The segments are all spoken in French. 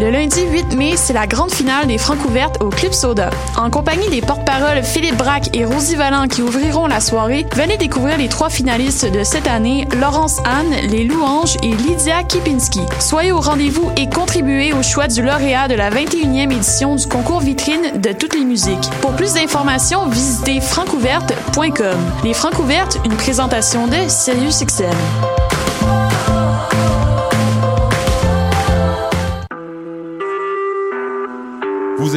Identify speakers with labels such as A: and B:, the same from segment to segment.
A: Le lundi 8 mai, c'est la grande finale des Francs ouvertes au Club Soda. En compagnie des porte-paroles Philippe Braque et Rosie Valent qui ouvriront la soirée, venez découvrir les trois finalistes de cette année, Laurence Anne, Les Louanges et Lydia Kipinski. Soyez au rendez-vous et contribuez au choix du lauréat de la 21e édition du concours vitrine de toutes les musiques. Pour plus d'informations, visitez francouverte.com. Les Francs ouvertes, une présentation de SiriusXM.
B: Vous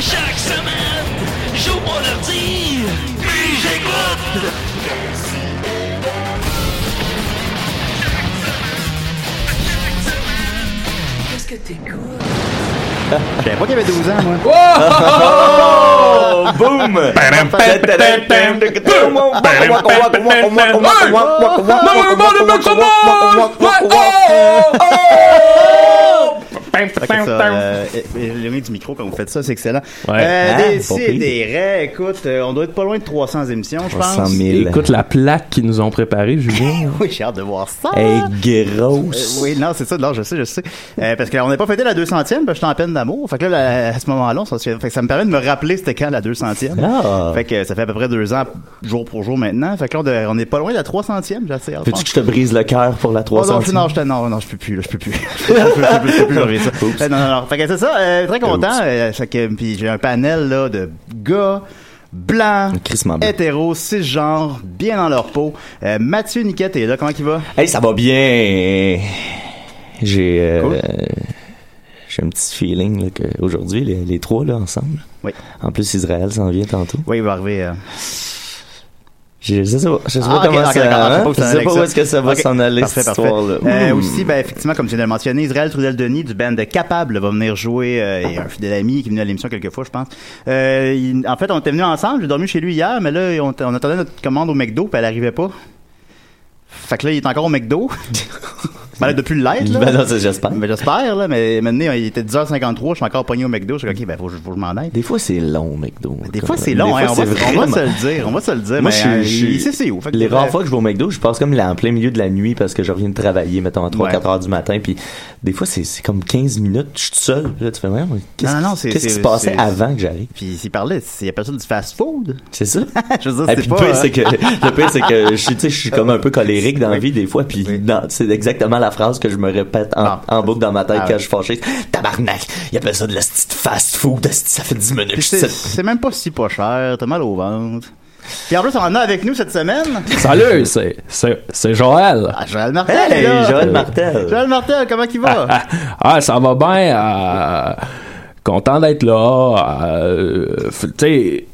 C: Chaque semaine, j'ouvre mon ordi, puis j'écoute. Qu'est-ce que t'écoutes?
D: Je savais pas qu'il y avait 12 ans, moi.
C: Oh!
D: Boom! Fait que ça, euh, éloigné du micro quand vous faites ça, c'est excellent. Euh,
E: Ah,
D: des,
E: pas
D: si-
E: pire.
D: des raies, écoute, euh, on doit être pas loin de 300 émissions, je pense.
E: Écoute la plaque qu'ils nous ont préparée, Julien.
D: Oui, j'ai hâte de voir ça.
E: est grosse.
D: Euh, oui, non, c'est ça. Non, je sais, je sais. Euh, parce qu'on n'a pas fêté la 200e, parce que j'étais en peine d'amour. Fait que là, la- à ce moment-là, on s'en souvient. Fait que ça me permet de me rappeler c'était quand la 200e.
E: Ah.
D: Fait que euh, ça fait à peu près deux ans, jour pour jour maintenant. Fait que là, on de- on n'est pas loin de la 300e, j'ai assez hâte.
F: Veux-tu que je te brise le cœur pour la
D: Oh non,
F: 300
D: je- non, je te- non, non, je peux plus, là, je peux plus. je peux plus, je peux plus, je peux plus gérer ça. Euh, Non, non, non. Fait que c'est ça, euh, très content. Euh, fait que, puis j'ai un panel, là, de gars blancs,
F: crissement blanc.
D: hétéros, cisgenres, bien dans leur peau. Euh, Mathieu Niquette est là, comment il va?
F: Hey, ça va bien. J'ai euh, j'ai un petit feeling là, que aujourd'hui les, les trois là ensemble.
D: Oui.
F: En plus Israël s'en vient tantôt.
D: Oui, il va arriver.
F: Je sais pas, je sais
D: Ah,
F: pas
D: ok,
F: comment
D: ok,
F: ça
D: d'accord,
F: hein,
D: on sait pas où
F: Je
D: ça allait
F: sais pas
D: avec
F: où est-ce que ça va
D: Ok,
F: s'en aller
D: parfait,
F: cette Hmm.
D: parfait.
F: histoire là.
D: Euh, Aussi, ben, effectivement, comme tu viens de le mentionner, Israël Trudel-Denis du band de Capable va venir jouer. euh, et un fidèle ami qui est venu à l'émission quelques fois, je pense. Euh, il- en fait, on était venus ensemble. J'ai dormi chez lui hier, mais là, on, t- on attendait notre commande au McDo, puis elle arrivait pas. Fait que là, il est encore au McDo. ben là, depuis le light, là.
F: Ben non, c'est- j'espère.
D: Ben, j'espère, là. Mais maintenant, il était 10h53, je suis encore pogné au McDo. Je suis comme, OK, ben, faut, que je- faut que je m'en aille.
F: Des fois c'est long McDo.
D: Des fois, c'est long, hein, on va- on va se le dire, on va se le dire, mais,
F: Moi, je suis-
D: euh,
F: je
D: il
F: suis-
D: sait c'est où, fait que
F: les
D: c'est-
F: rares fois que je vais au McDo, je passe comme là en plein milieu de la nuit parce que je reviens de travailler, mettons, à 3-4 heures du matin. Puis des fois, c'est c'est comme 15 minutes, je suis tout seul. Puis là, tu fais, Ouais, mais qu'est-ce
D: Non, non, non,
F: qui-
D: c'est-
F: qu'est-ce qui
D: c'est-
F: se passait
D: c'est-
F: avant que j'arrive?
D: Puis il parlait, c'est- il appelle ça du fast-food.
F: C'est ça?
D: je veux dire,
F: Et
D: c'est
F: puis,
D: pas,
F: le pire,
D: euh,
F: c'est que, le pire, c'est que je suis, tu sais, je suis comme un peu colérique dans la vie des fois, puis non, c'est exactement la phrase que je me répète en, en boucle dans ma tête
D: Ah
F: quand
D: ouais.
F: je suis fâché. Tabarnak! Il appelle ça de la petite fast food, esti, ça fait 10 minutes.
D: Puis
F: je suis
D: C'est
F: seul.
D: c'est même pas si pas cher, t'as mal au ventre. Puis en plus, on en a avec nous cette semaine. Ah,
E: Salut, c'est- c'est c'est Joël.
D: Joël Martel. est là. Joël Martel, comment il va?
E: Ah, ça va bien. euh, content d'être là. euh, f- tu sais,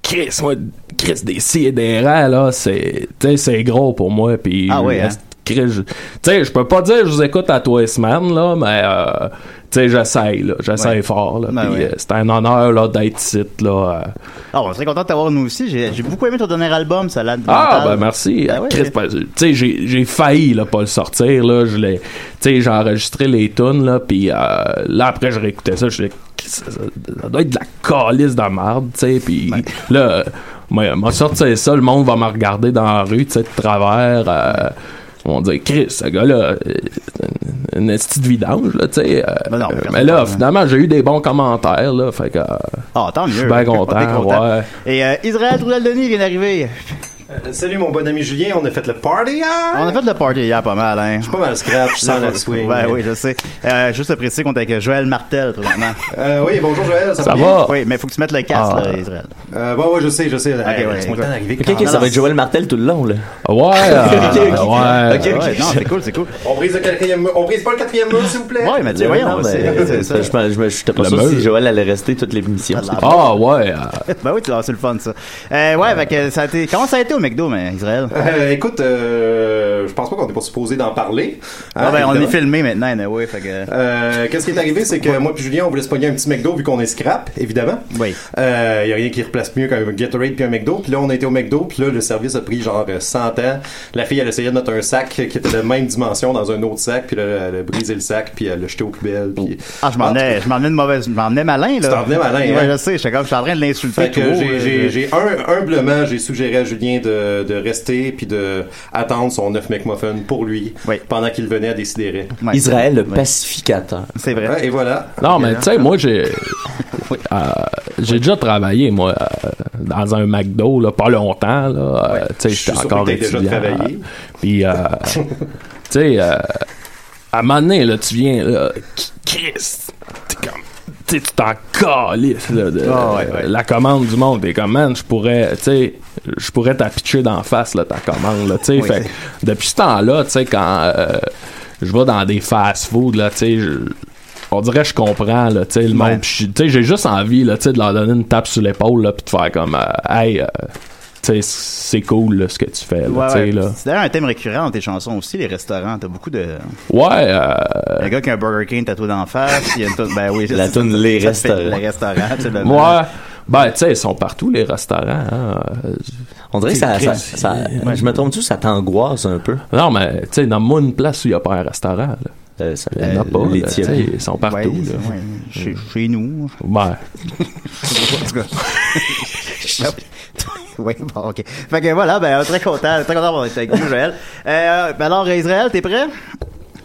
E: Chris, moi, Chris, des si et des rangs, là, c'est, tu sais, c'est gros pour moi, puis.
D: Ah ouais, hein?
E: Chris, je- tu sais, je peux pas dire je vous écoute à toi semaine, là, mais, euh, tu sais, j'essaye, là, j'essaye fort, là,
D: Ben
E: puis,
D: ouais.
E: euh, c'est un honneur, là, d'être ici, là. euh.
D: Ah, on serait content de t'avoir nous aussi. J'ai j'ai beaucoup aimé ton dernier album, Salade.
E: Ah,
D: Mentale.
E: ben merci.
D: Ben ouais.
E: Chris, ben, tu sais, j'ai j'ai failli là, pas le sortir. Là, je l'ai, tu sais, j'ai enregistré les tunes là, puis euh, là après je réécoutais ça, je suis ça, ça doit être de la calice de merde, tu sais, puis là, euh, moi, moi sortir ça, le monde va me regarder dans la rue, tu sais, de travers. euh, ils vont dire Chris, ce gars-là, euh, c'est une une petite vidange, là, tu sais. euh, euh, mais là, finalement, j'ai eu des bons commentaires, là, fait que. euh,
D: Ah, tant mieux.
E: Je suis bien
D: On est
E: content,
D: content.
E: ouais.
D: Et euh, Israël Trudel-Denis vient d'arriver.
G: salut mon bon ami Julien, on a fait le party hier.
D: On a fait le party hier pas mal, hein. Je suis
G: pas mal scrap, je suis dans la swing.
D: Ouais, oui, je sais. Euh, juste à préciser qu'on est avec Joël Martel, présentement.
G: Euh, oui, bonjour, Joël, ça va bien?
D: Oui, mais faut que tu mettes le casque,
G: Ah.
D: là, Israël.
G: Euh, ouais, ouais, je sais, je sais.
D: ouais,
G: Euh, Laisse-moi le temps d'arriver.
F: Ok, ok, ça va être Joël Martel tout le long, là.
G: euh,
E: Ouais,
G: ouais.
D: Ouais, non, c'est cool, c'est cool.
G: On brise le quatrième mur. On brise pas le quatrième mur, s'il vous plaît?
D: Ouais, mais tu sais, voyons,
F: Non,
D: c'est-
F: mais-
D: c'est ça.
F: Je pense- je me- j'étais pas
D: Le
F: sûr si
D: meule.
F: Joël allait rester toute l'émission.
E: Ah, ouais.
D: ben oui, tu l'as, c'est le fun, ça. Euh, ouais, fait que ça a été... Comment ça a été au McDo, mais, Israël?
G: Euh, écoute, euh, je pense pas qu'on est pas supposé d'en parler.
D: Ah, ben, on est
G: filmé
D: maintenant, anyway, fait que...
G: Euh, Qu'est-ce qui est arrivé, c'est que moi puis Julien, on voulait se pogner un petit McDo vu qu'on est scrap, évidemment.
D: Oui.
G: Il y a rien qui replace mieux qu'un Gatorade puis un McDo. Puis là, on a été au McDo, puis là, le service a pris genre euh, 100 ans. La fille, elle essayait de mettre un sac qui était de même dimension dans un autre sac, puis là, elle a brisé le sac, puis elle l'a jeté aux poubelles. Puis...
D: Ah, je m'en venais, je m'en venais de mauvaise, je m'en venais malin,
G: Tu
D: là.
G: t'en venais malin,
D: Ouais,
G: hein.
D: je sais, j'étais comme, je suis en train de l'insulter
G: Fait
D: tout
G: que
D: haut, euh,
G: j'ai-
D: là,
G: j'ai-
D: je-
G: j'ai hum- humblement, j'ai suggéré à Julien de, euh, de rester puis de attendre son 9 McMuffin pour lui pendant qu'il venait à décider.
F: Israël, le pacificateur.
D: C'est vrai.
G: et voilà.
E: Non, mais tu sais, moi, j'ai. euh, j'ai déjà travaillé, moi, euh, dans un McDo, là, pas longtemps, là. euh, tu sais, j'étais
G: surpris
E: encore
G: que t'aies déjà
E: étudiant.
G: travaillé.
E: Puis, euh, tu sais, euh, à un moment donné, là, tu viens, là, Chris, t'es comme. Tu sais, tu t'en calisses, là, de
D: Ah, ouais,
E: la commande du monde. T'es comme, man, je pourrais, tu sais, je pourrais t'apitcher d'en face, là, ta commande, là, tu sais.
D: Oui,
E: Fait que depuis ce temps-là, tu sais, quand euh, je vais dans des fast-food, là, tu sais, je- on dirait que je comprends, là, tu sais, le monde. Puis je- Tu sais, j'ai juste envie, là, tu sais, de leur donner une tape sur l'épaule, là, puis de faire comme, euh, hey, euh, tu sais, c'est cool, là, ce que tu fais, là,
D: Ouais,
E: tu sais,
D: ouais.
E: là.
D: C'est d'ailleurs un thème récurrent dans tes chansons aussi, les restaurants. T'as beaucoup de.
E: Ouais, euh,
G: Euh.
D: Un gars qui a un Burger King tatoué d'en face, il y a une toune- Ben oui,
E: La toune Les
D: ça fait
E: Restaurants.
D: Les restaurants, absolument.
E: Ouais. Ben, tu sais, ils sont partout, les restaurants. hein. Euh,
F: On dirait que ça,
E: Chris,
F: ça, ça-
E: ouais.
F: je me trompe-tu, ça t'angoisse un peu?
E: Non, mais, tu sais, nomme-moi une place où il n'y a pas un restaurant, là. il y en a
F: euh,
E: pas,
F: les
E: là, tu
F: tiens.
E: sais, ils sont partout,
D: Ouais,
E: là.
D: ouais. Chez, chez nous.
E: Ben.
D: en tout cas. oui, bon, ok. Fait que voilà, ben, très content, très content d'avoir été avec nous, Joël. Euh, ben alors, Israël, t'es prêt?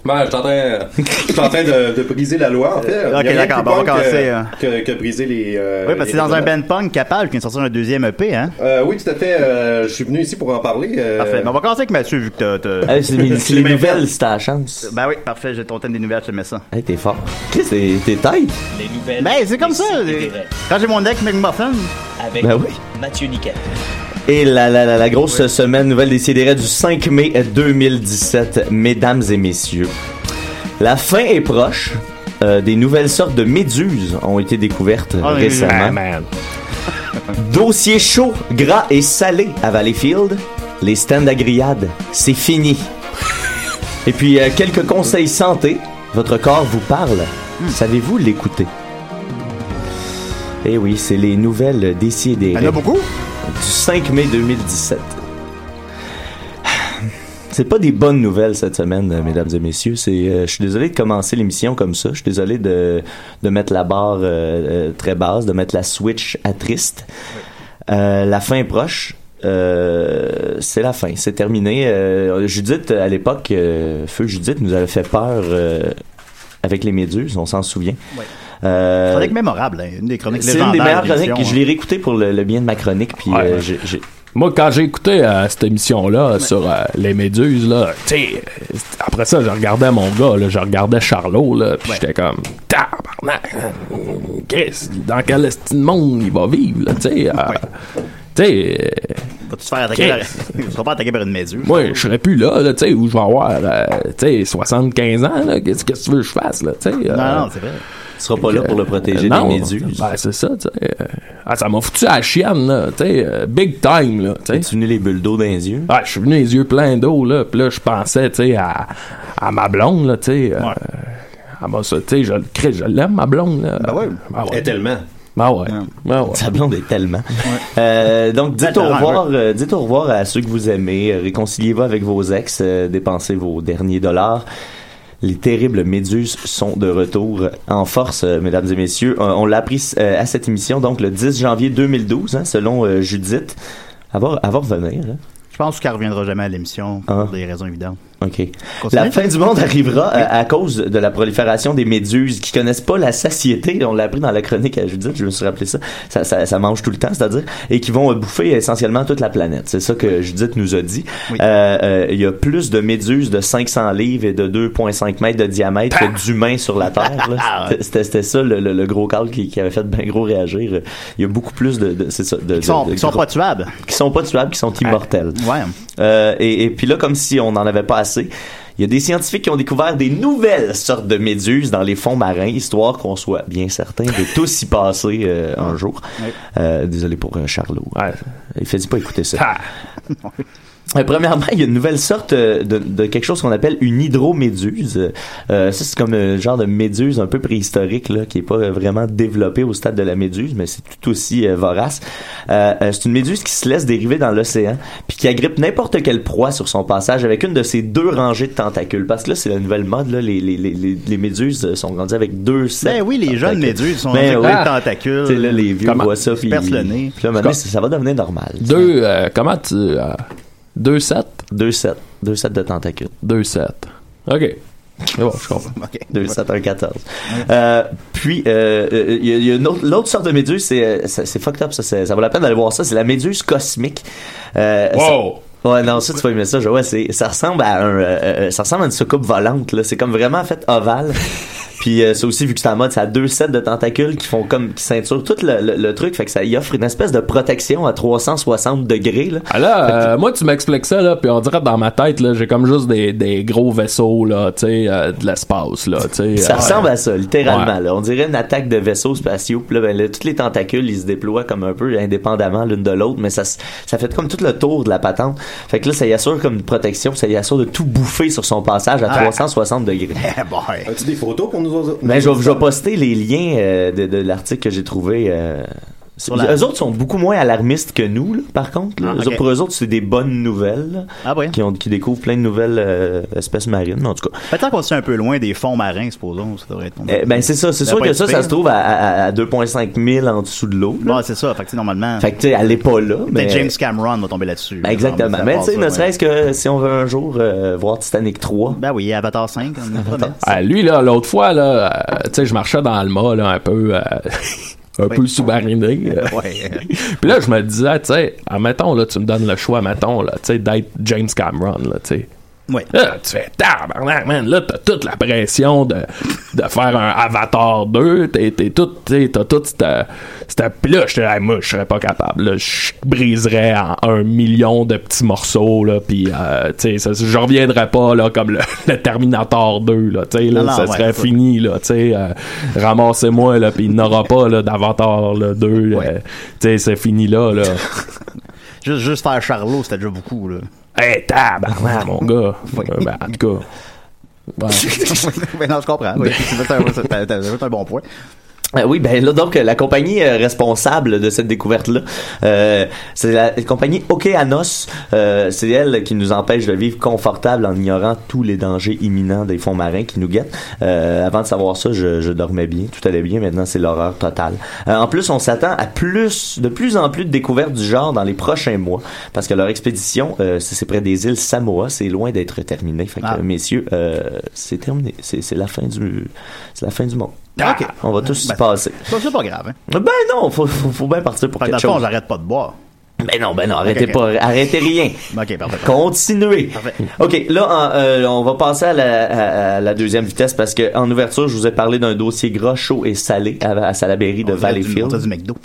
G: Ben, je suis en train, je suis en train de, de briser la loi, en fait.
D: Ok,
G: Il y a rien de
D: d'accord,
G: plus
D: ben, on va
G: punk que-
D: casser, hein.
G: Que, que briser les. euh,
D: oui, parce que
G: les
D: c'est dans un
G: règlements.
D: band punk capable qui vient de sortir un deuxième EP, hein?
G: Euh, oui, tout à fait. euh, je suis venu ici pour en parler. euh,
D: Parfait. Mais on va commencer avec Mathieu, vu que t'as. t'as-
F: Hey, c'est mes- c'est les nouvelles, si t'as la chance.
D: Ben oui, parfait, j'ai ton thème des nouvelles, je te mets ça.
F: Hey, t'es fort. Chris, t'es t'es tight.
H: Les nouvelles.
D: Ben, c'est comme ça. Quand j'ai mon deck McMuffin.
H: Avec
F: Ben oui.
H: Mathieu Niquette.
F: Et la, la, la, la grosse semaine nouvelle des CDR du 5 mai 2017, mesdames et messieurs. La fin est proche. Euh, des nouvelles sortes de méduses ont été découvertes
E: Ah, oui,
F: récemment.
E: ah, man.
F: Dossier chaud, gras et salé à Valleyfield. Les stands à grillade, c'est fini. Et puis, euh, quelques conseils santé. Votre corps vous parle.
D: Hmm.
F: Savez-vous l'écouter? Eh oui, c'est les nouvelles décidées.
D: Il y en a beaucoup?
F: Du 5 mai 2017. C'est pas des bonnes nouvelles cette semaine, euh, mesdames et messieurs. C'est, euh, je suis désolé de commencer l'émission comme ça. Je suis désolé de, de mettre la barre euh, euh, très basse, de mettre la switch à triste. Euh, la fin est proche. Euh, c'est la fin, c'est terminé. Euh, Judith, à l'époque, euh, Feu Judith nous avait fait peur euh, avec les méduses, on s'en souvient.
D: Ouais.
F: Euh,
D: Chronique mémorable, hein, une des chroniques
F: c'est
D: légendaires.
F: une des meilleures
D: de l'émission,
F: chroniques. Je l'ai réécouté pour le, le bien de ma chronique. Puis,
E: Ouais.
F: euh, j'ai- j'ai-
E: Moi, quand j'ai écouté euh, cette émission-là sur euh, les méduses, là, tu sais, euh, après ça, je regardais mon gars, là, je regardais Charlot, là, puis j'étais comme, tabarnak, Chris, dans quel esti de monde il va vivre, là, tu sais. euh, tu sais, euh,
D: Vas-tu te faire attaquer par... Tu seras pas attaqué par une mesure.
E: Moi, je serais plus là, là tu sais, où je vais avoir, euh, tu sais, 75 ans, là. Qu'est-ce que tu veux que je fasse, là, tu sais? euh,
D: Non, non, c'est vrai.
F: Tu seras pas là pour le protéger
E: non,
F: des méduses.
E: Ben, c'est ça, tu sais. euh, ah, ça m'a foutu à la chienne, là, tu sais, euh, big time, là, tu sais.
F: Tu venu les bulles d'eau dans les yeux?
E: Ah, je suis venu les yeux pleins d'eau, là, puis là, je pensais, tu sais, à, à ma blonde, là, tu sais. euh, à ma- tu sais, je, Christ, je l'aime, ma blonde, là. Ben ouais.
F: Et tellement.
E: Ben ouais. Ben ouais.
F: Ah Sa blonde est tellement. Euh, donc, dites au,
E: Attends,
F: revoir, euh, dites au revoir à ceux que vous aimez. euh, Réconciliez-vous avec vos ex. euh, dépensez vos derniers dollars. Les terribles méduses sont de retour en force, euh, mesdames et messieurs. Euh, on l'a appris euh, à cette émission, donc le 10 janvier 2012, hein, selon euh, Judith. Avant, avant revenir. hein. là.
D: Je pense qu'elle reviendra jamais à l'émission pour des raisons évidentes.
F: Ah. OK.
D: Continue.
F: La fin du monde arrivera euh, à cause de la prolifération des méduses qui connaissent pas la satiété. On l'a appris dans la chronique à Judith, je me suis rappelé ça. Ça, ça, ça mange tout le temps, c'est-à-dire, et qui vont euh, bouffer essentiellement toute la planète. C'est ça que Judith nous a dit. Euh, euh, Il y a plus de méduses de 500 livres et de 2,5 mètres de diamètre que d'humains sur la Terre.
D: Ah
F: là. C'était- C'était c'était ça le, le- le gros calque qui, qui avait fait bien gros réagir. Il y a beaucoup plus de... de c'est ça, de,
D: Qui sont,
F: de- de
D: qui sont
F: gros-
D: pas tuables.
F: qui sont pas tuables, qui sont immortels.
D: Ouais.
F: Euh, et, et puis là, comme si on n'en avait pas assez, il y a des scientifiques qui ont découvert des nouvelles sortes de méduses dans les fonds marins, histoire qu'on soit bien certain de tous y passer euh, un jour. Euh, désolé pour euh, Charlot. Il fait pas écouter ça. Euh, premièrement, il y a une nouvelle sorte euh, de, de quelque chose qu'on appelle une hydroméduse. Euh, ça, c'est comme un genre de méduse un peu préhistorique là, qui est pas euh, vraiment développée au stade de la méduse, mais c'est tout aussi euh, vorace. Euh, euh, c'est une méduse qui se laisse dériver dans l'océan, puis qui agrippe n'importe quelle proie sur son passage avec une de ses deux rangées de tentacules. Parce que là, c'est la nouvelle mode. Là, les, les, les, les- les méduses euh, sont rendues avec deux sets.
D: Ben oui, les jeunes méduses sont
F: Ben
D: avec
F: oui.
D: plein de tentacules.
F: Tu sais, là, les vieux
D: Comment-
F: voient ça, puis
D: Ils percent le nez.
F: puis là, maintenant, ça, ça va devenir normal.
E: Deux, euh, comment tu. 2-7
F: 2-7. 2-7 de tentacules.
E: 2-7. OK. C'est bon, je comprends.
F: 2, 7, 1, 14. Euh, puis, euh, euh, il y a- il y a, une autre- l'autre sorte de méduse, c'est, euh, ça- c'est fucked up, ça, c'est- ça vaut la peine d'aller voir ça, c'est la méduse cosmique. Euh,
E: Wow!
F: ça- ouais, non, ça, tu vas aimer ça, Joël, c'est, ça ressemble à un, euh, euh, ça ressemble à une soucoupe volante, là. C'est comme vraiment, en fait, ovale. Puis euh, ça aussi, vu que c'est en mode, ça a deux sets de tentacules qui font comme, qui ceinturent tout le, le- le truc, fait que ça y offre une espèce de protection à 360 degrés, là.
E: Alors, euh, moi, tu m'expliques ça, là, puis on dirait que dans ma tête, là, j'ai comme juste des, des gros vaisseaux, là, tu sais, euh, de l'espace, là, tu sais. euh,
F: Ça ressemble à ça, littéralement.
E: Ouais.
F: là. On dirait une attaque de vaisseaux spatiaux. Puis là, ben, là, tous les tentacules, ils se déploient comme un peu indépendamment l'une de l'autre, mais ça, s- ça fait comme tout le tour de la patente. Fait que là, ça y assure comme une protection, ça y assure de tout bouffer sur son passage à
G: Ah.
F: 360 degrés.
G: As-tu des photos pour nous autres?
F: Ben, je vais je vais poster les liens euh, de, de l'article que j'ai trouvé. Euh,
G: Sur la-
F: Eux autres sont beaucoup moins alarmistes que nous, là, par contre.
G: Ah,
F: là. Eux
G: ok.
F: autres- Pour eux autres, c'est des bonnes nouvelles là,
D: Ah ouais.
F: qui, ont, qui découvrent plein de nouvelles euh, espèces marines, en tout cas.
D: Ben, tant qu'on se tient un peu loin des fonds marins, supposons, ça devrait être bon.
F: Eh, ben c'est ça, c'est
D: Ça
F: sûr
D: va
F: que
D: être
F: ça, ça
D: pire.
F: se trouve à, à, à 2,5 000 en dessous de l'eau.
D: Bon, c'est ça. Fait que, tu sais, normalement.
F: Fait que, tu sais, elle est pas là.
D: peut-être
F: Mais...
D: James Cameron va tomber là-dessus.
F: Ben, exactement.
D: Genre,
F: Mais
D: ça
F: tu sais,
D: passe,
F: ne
D: ouais.
F: serait-ce que si on veut un jour euh, voir Titanic 3.
D: Ben oui, Avatar 5, on nous promet.
E: Ah, lui, là, l'autre fois, là, euh, tu sais, je marchais dans le mât, là, un peu, euh, un
D: Oui.
E: peu sous-mariné. euh. Puis là, je me disais, tu sais, admettons, là, tu me donnes le choix, mettons, là, tu sais, d'être James Cameron, là, tu sais.
D: Ouais.
E: Là, tu fais tabarnak, man. Là, t'as toute la pression de, de faire un Avatar 2. T'es, t'es tout, t'sais, t'as toute cette. cette- Puis là, j'étais, Hey, moi, je serais pas capable. là. Je briserais en un million de petits morceaux, là. Puis, euh, tu sais, ça- je reviendrais pas, là, comme le, le Terminator 2, là. Tu sais, là,
D: Non, non,
E: ça
D: ouais,
E: serait
D: faut-
E: fini, là. Tu sais, euh, ramassez-moi, là. Puis, il n'aura pas, là, d'Avatar là, 2. euh, tu sais, c'est fini, là, là.
D: Juste, juste faire Charlot, c'était déjà beaucoup, là.
E: Hey, Eh, tabarnak, mon gars. Euh, ben, en tout cas. Ouais.
D: Ben non, je comprends. Oui. C'est un- c'est un- c'est un bon point.
F: Euh, oui, ben là, donc, euh, la compagnie euh, responsable de cette découverte-là, euh, c'est la compagnie Okeanos. Euh, c'est elle qui nous empêche de vivre confortable en ignorant tous les dangers imminents des fonds marins qui nous guettent. Euh, avant de savoir ça, je, je dormais bien, tout allait bien. Maintenant, c'est l'horreur totale. Euh, en plus, on s'attend à plus, de plus en plus de découvertes du genre dans les prochains mois, parce que leur expédition, euh, c'est c'est près des îles Samoa, c'est loin d'être terminé. Fait que,
D: Ah.
F: euh, messieurs, euh, c'est terminé. C'est c'est la fin du, c'est la fin du monde.
D: Ok.
F: On va tous y
D: Ben,
F: passer.
D: Ça, c'est pas grave, hein.
F: Ben non, faut, faut, faut bien partir pour
D: Fait que dans
F: quelque
D: le fond,
F: chose.
D: j'arrête pas de boire.
F: Ben non, ben non, arrêtez
D: ok.
F: pas, arrêtez rien.
D: Ok, parfait.
F: Continuez. OK, là, en, euh, on va passer à la, à- à la deuxième vitesse parce que en ouverture, je vous ai parlé d'un dossier gras, chaud et salé à, à Salaberry de
D: dirait du-
F: Valleyfield.
D: on dirait du McDo.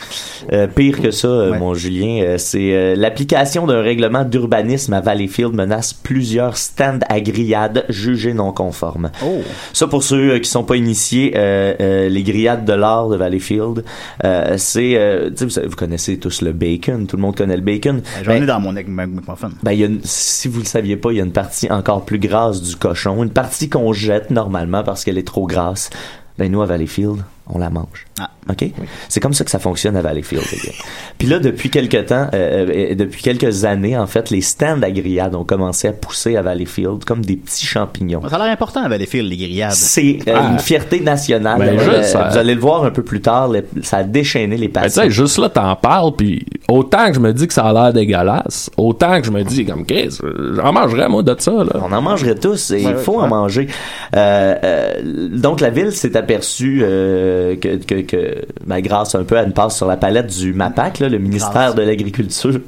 F: Euh, pire que ça, euh, mon Julien, euh, c'est euh, l'application d'un règlement d'urbanisme à Valleyfield menace plusieurs stands à grillades jugés non conformes.
D: Oh.
F: Ça, pour ceux euh, qui sont pas initiés, euh, euh, les grillades de l'art de Valleyfield, euh, c'est, euh, tu sais, vous, savez- vous connaissez tous le bacon, tout le monde connaît le bacon.
D: J'en
F: Ben,
D: ai dans mon egg Mc- McMuffin.
F: ben, il y a une- si vous le saviez pas, il y a une partie encore plus grasse du cochon, une partie qu'on jette normalement parce qu'elle est trop grasse. Ben nous à Valleyfield, on la mange.
D: Ah.
F: OK? C'est comme ça que ça fonctionne à Valleyfield. les gars. Puis là, depuis quelques temps, euh, euh, euh, depuis quelques années, en fait, les stands à grillades ont commencé à pousser à Valleyfield comme des petits champignons.
D: Ça a l'air important à Valleyfield, les grillades.
F: C'est euh,
D: Ah.
F: une fierté nationale.
E: Ben,
F: Euh,
E: juste, ça-
F: Vous allez le voir un peu plus tard, le- ça a déchaîné les
E: Ben, tu
F: passions.
E: sais, juste là, t'en parles, puis autant que je me dis que ça a l'air dégueulasse, autant que je me dis, comme, qu'est-ce, euh, j'en mangerais, moi, de ça, là.
F: On en mangerait tous, et il faut en manger. Euh, euh, donc la ville s'est aperçue euh, que, que, que ben, grâce un peu à une passe sur la palette du MAPAC, là, le ministère
H: Grâce.
F: de l'Agriculture,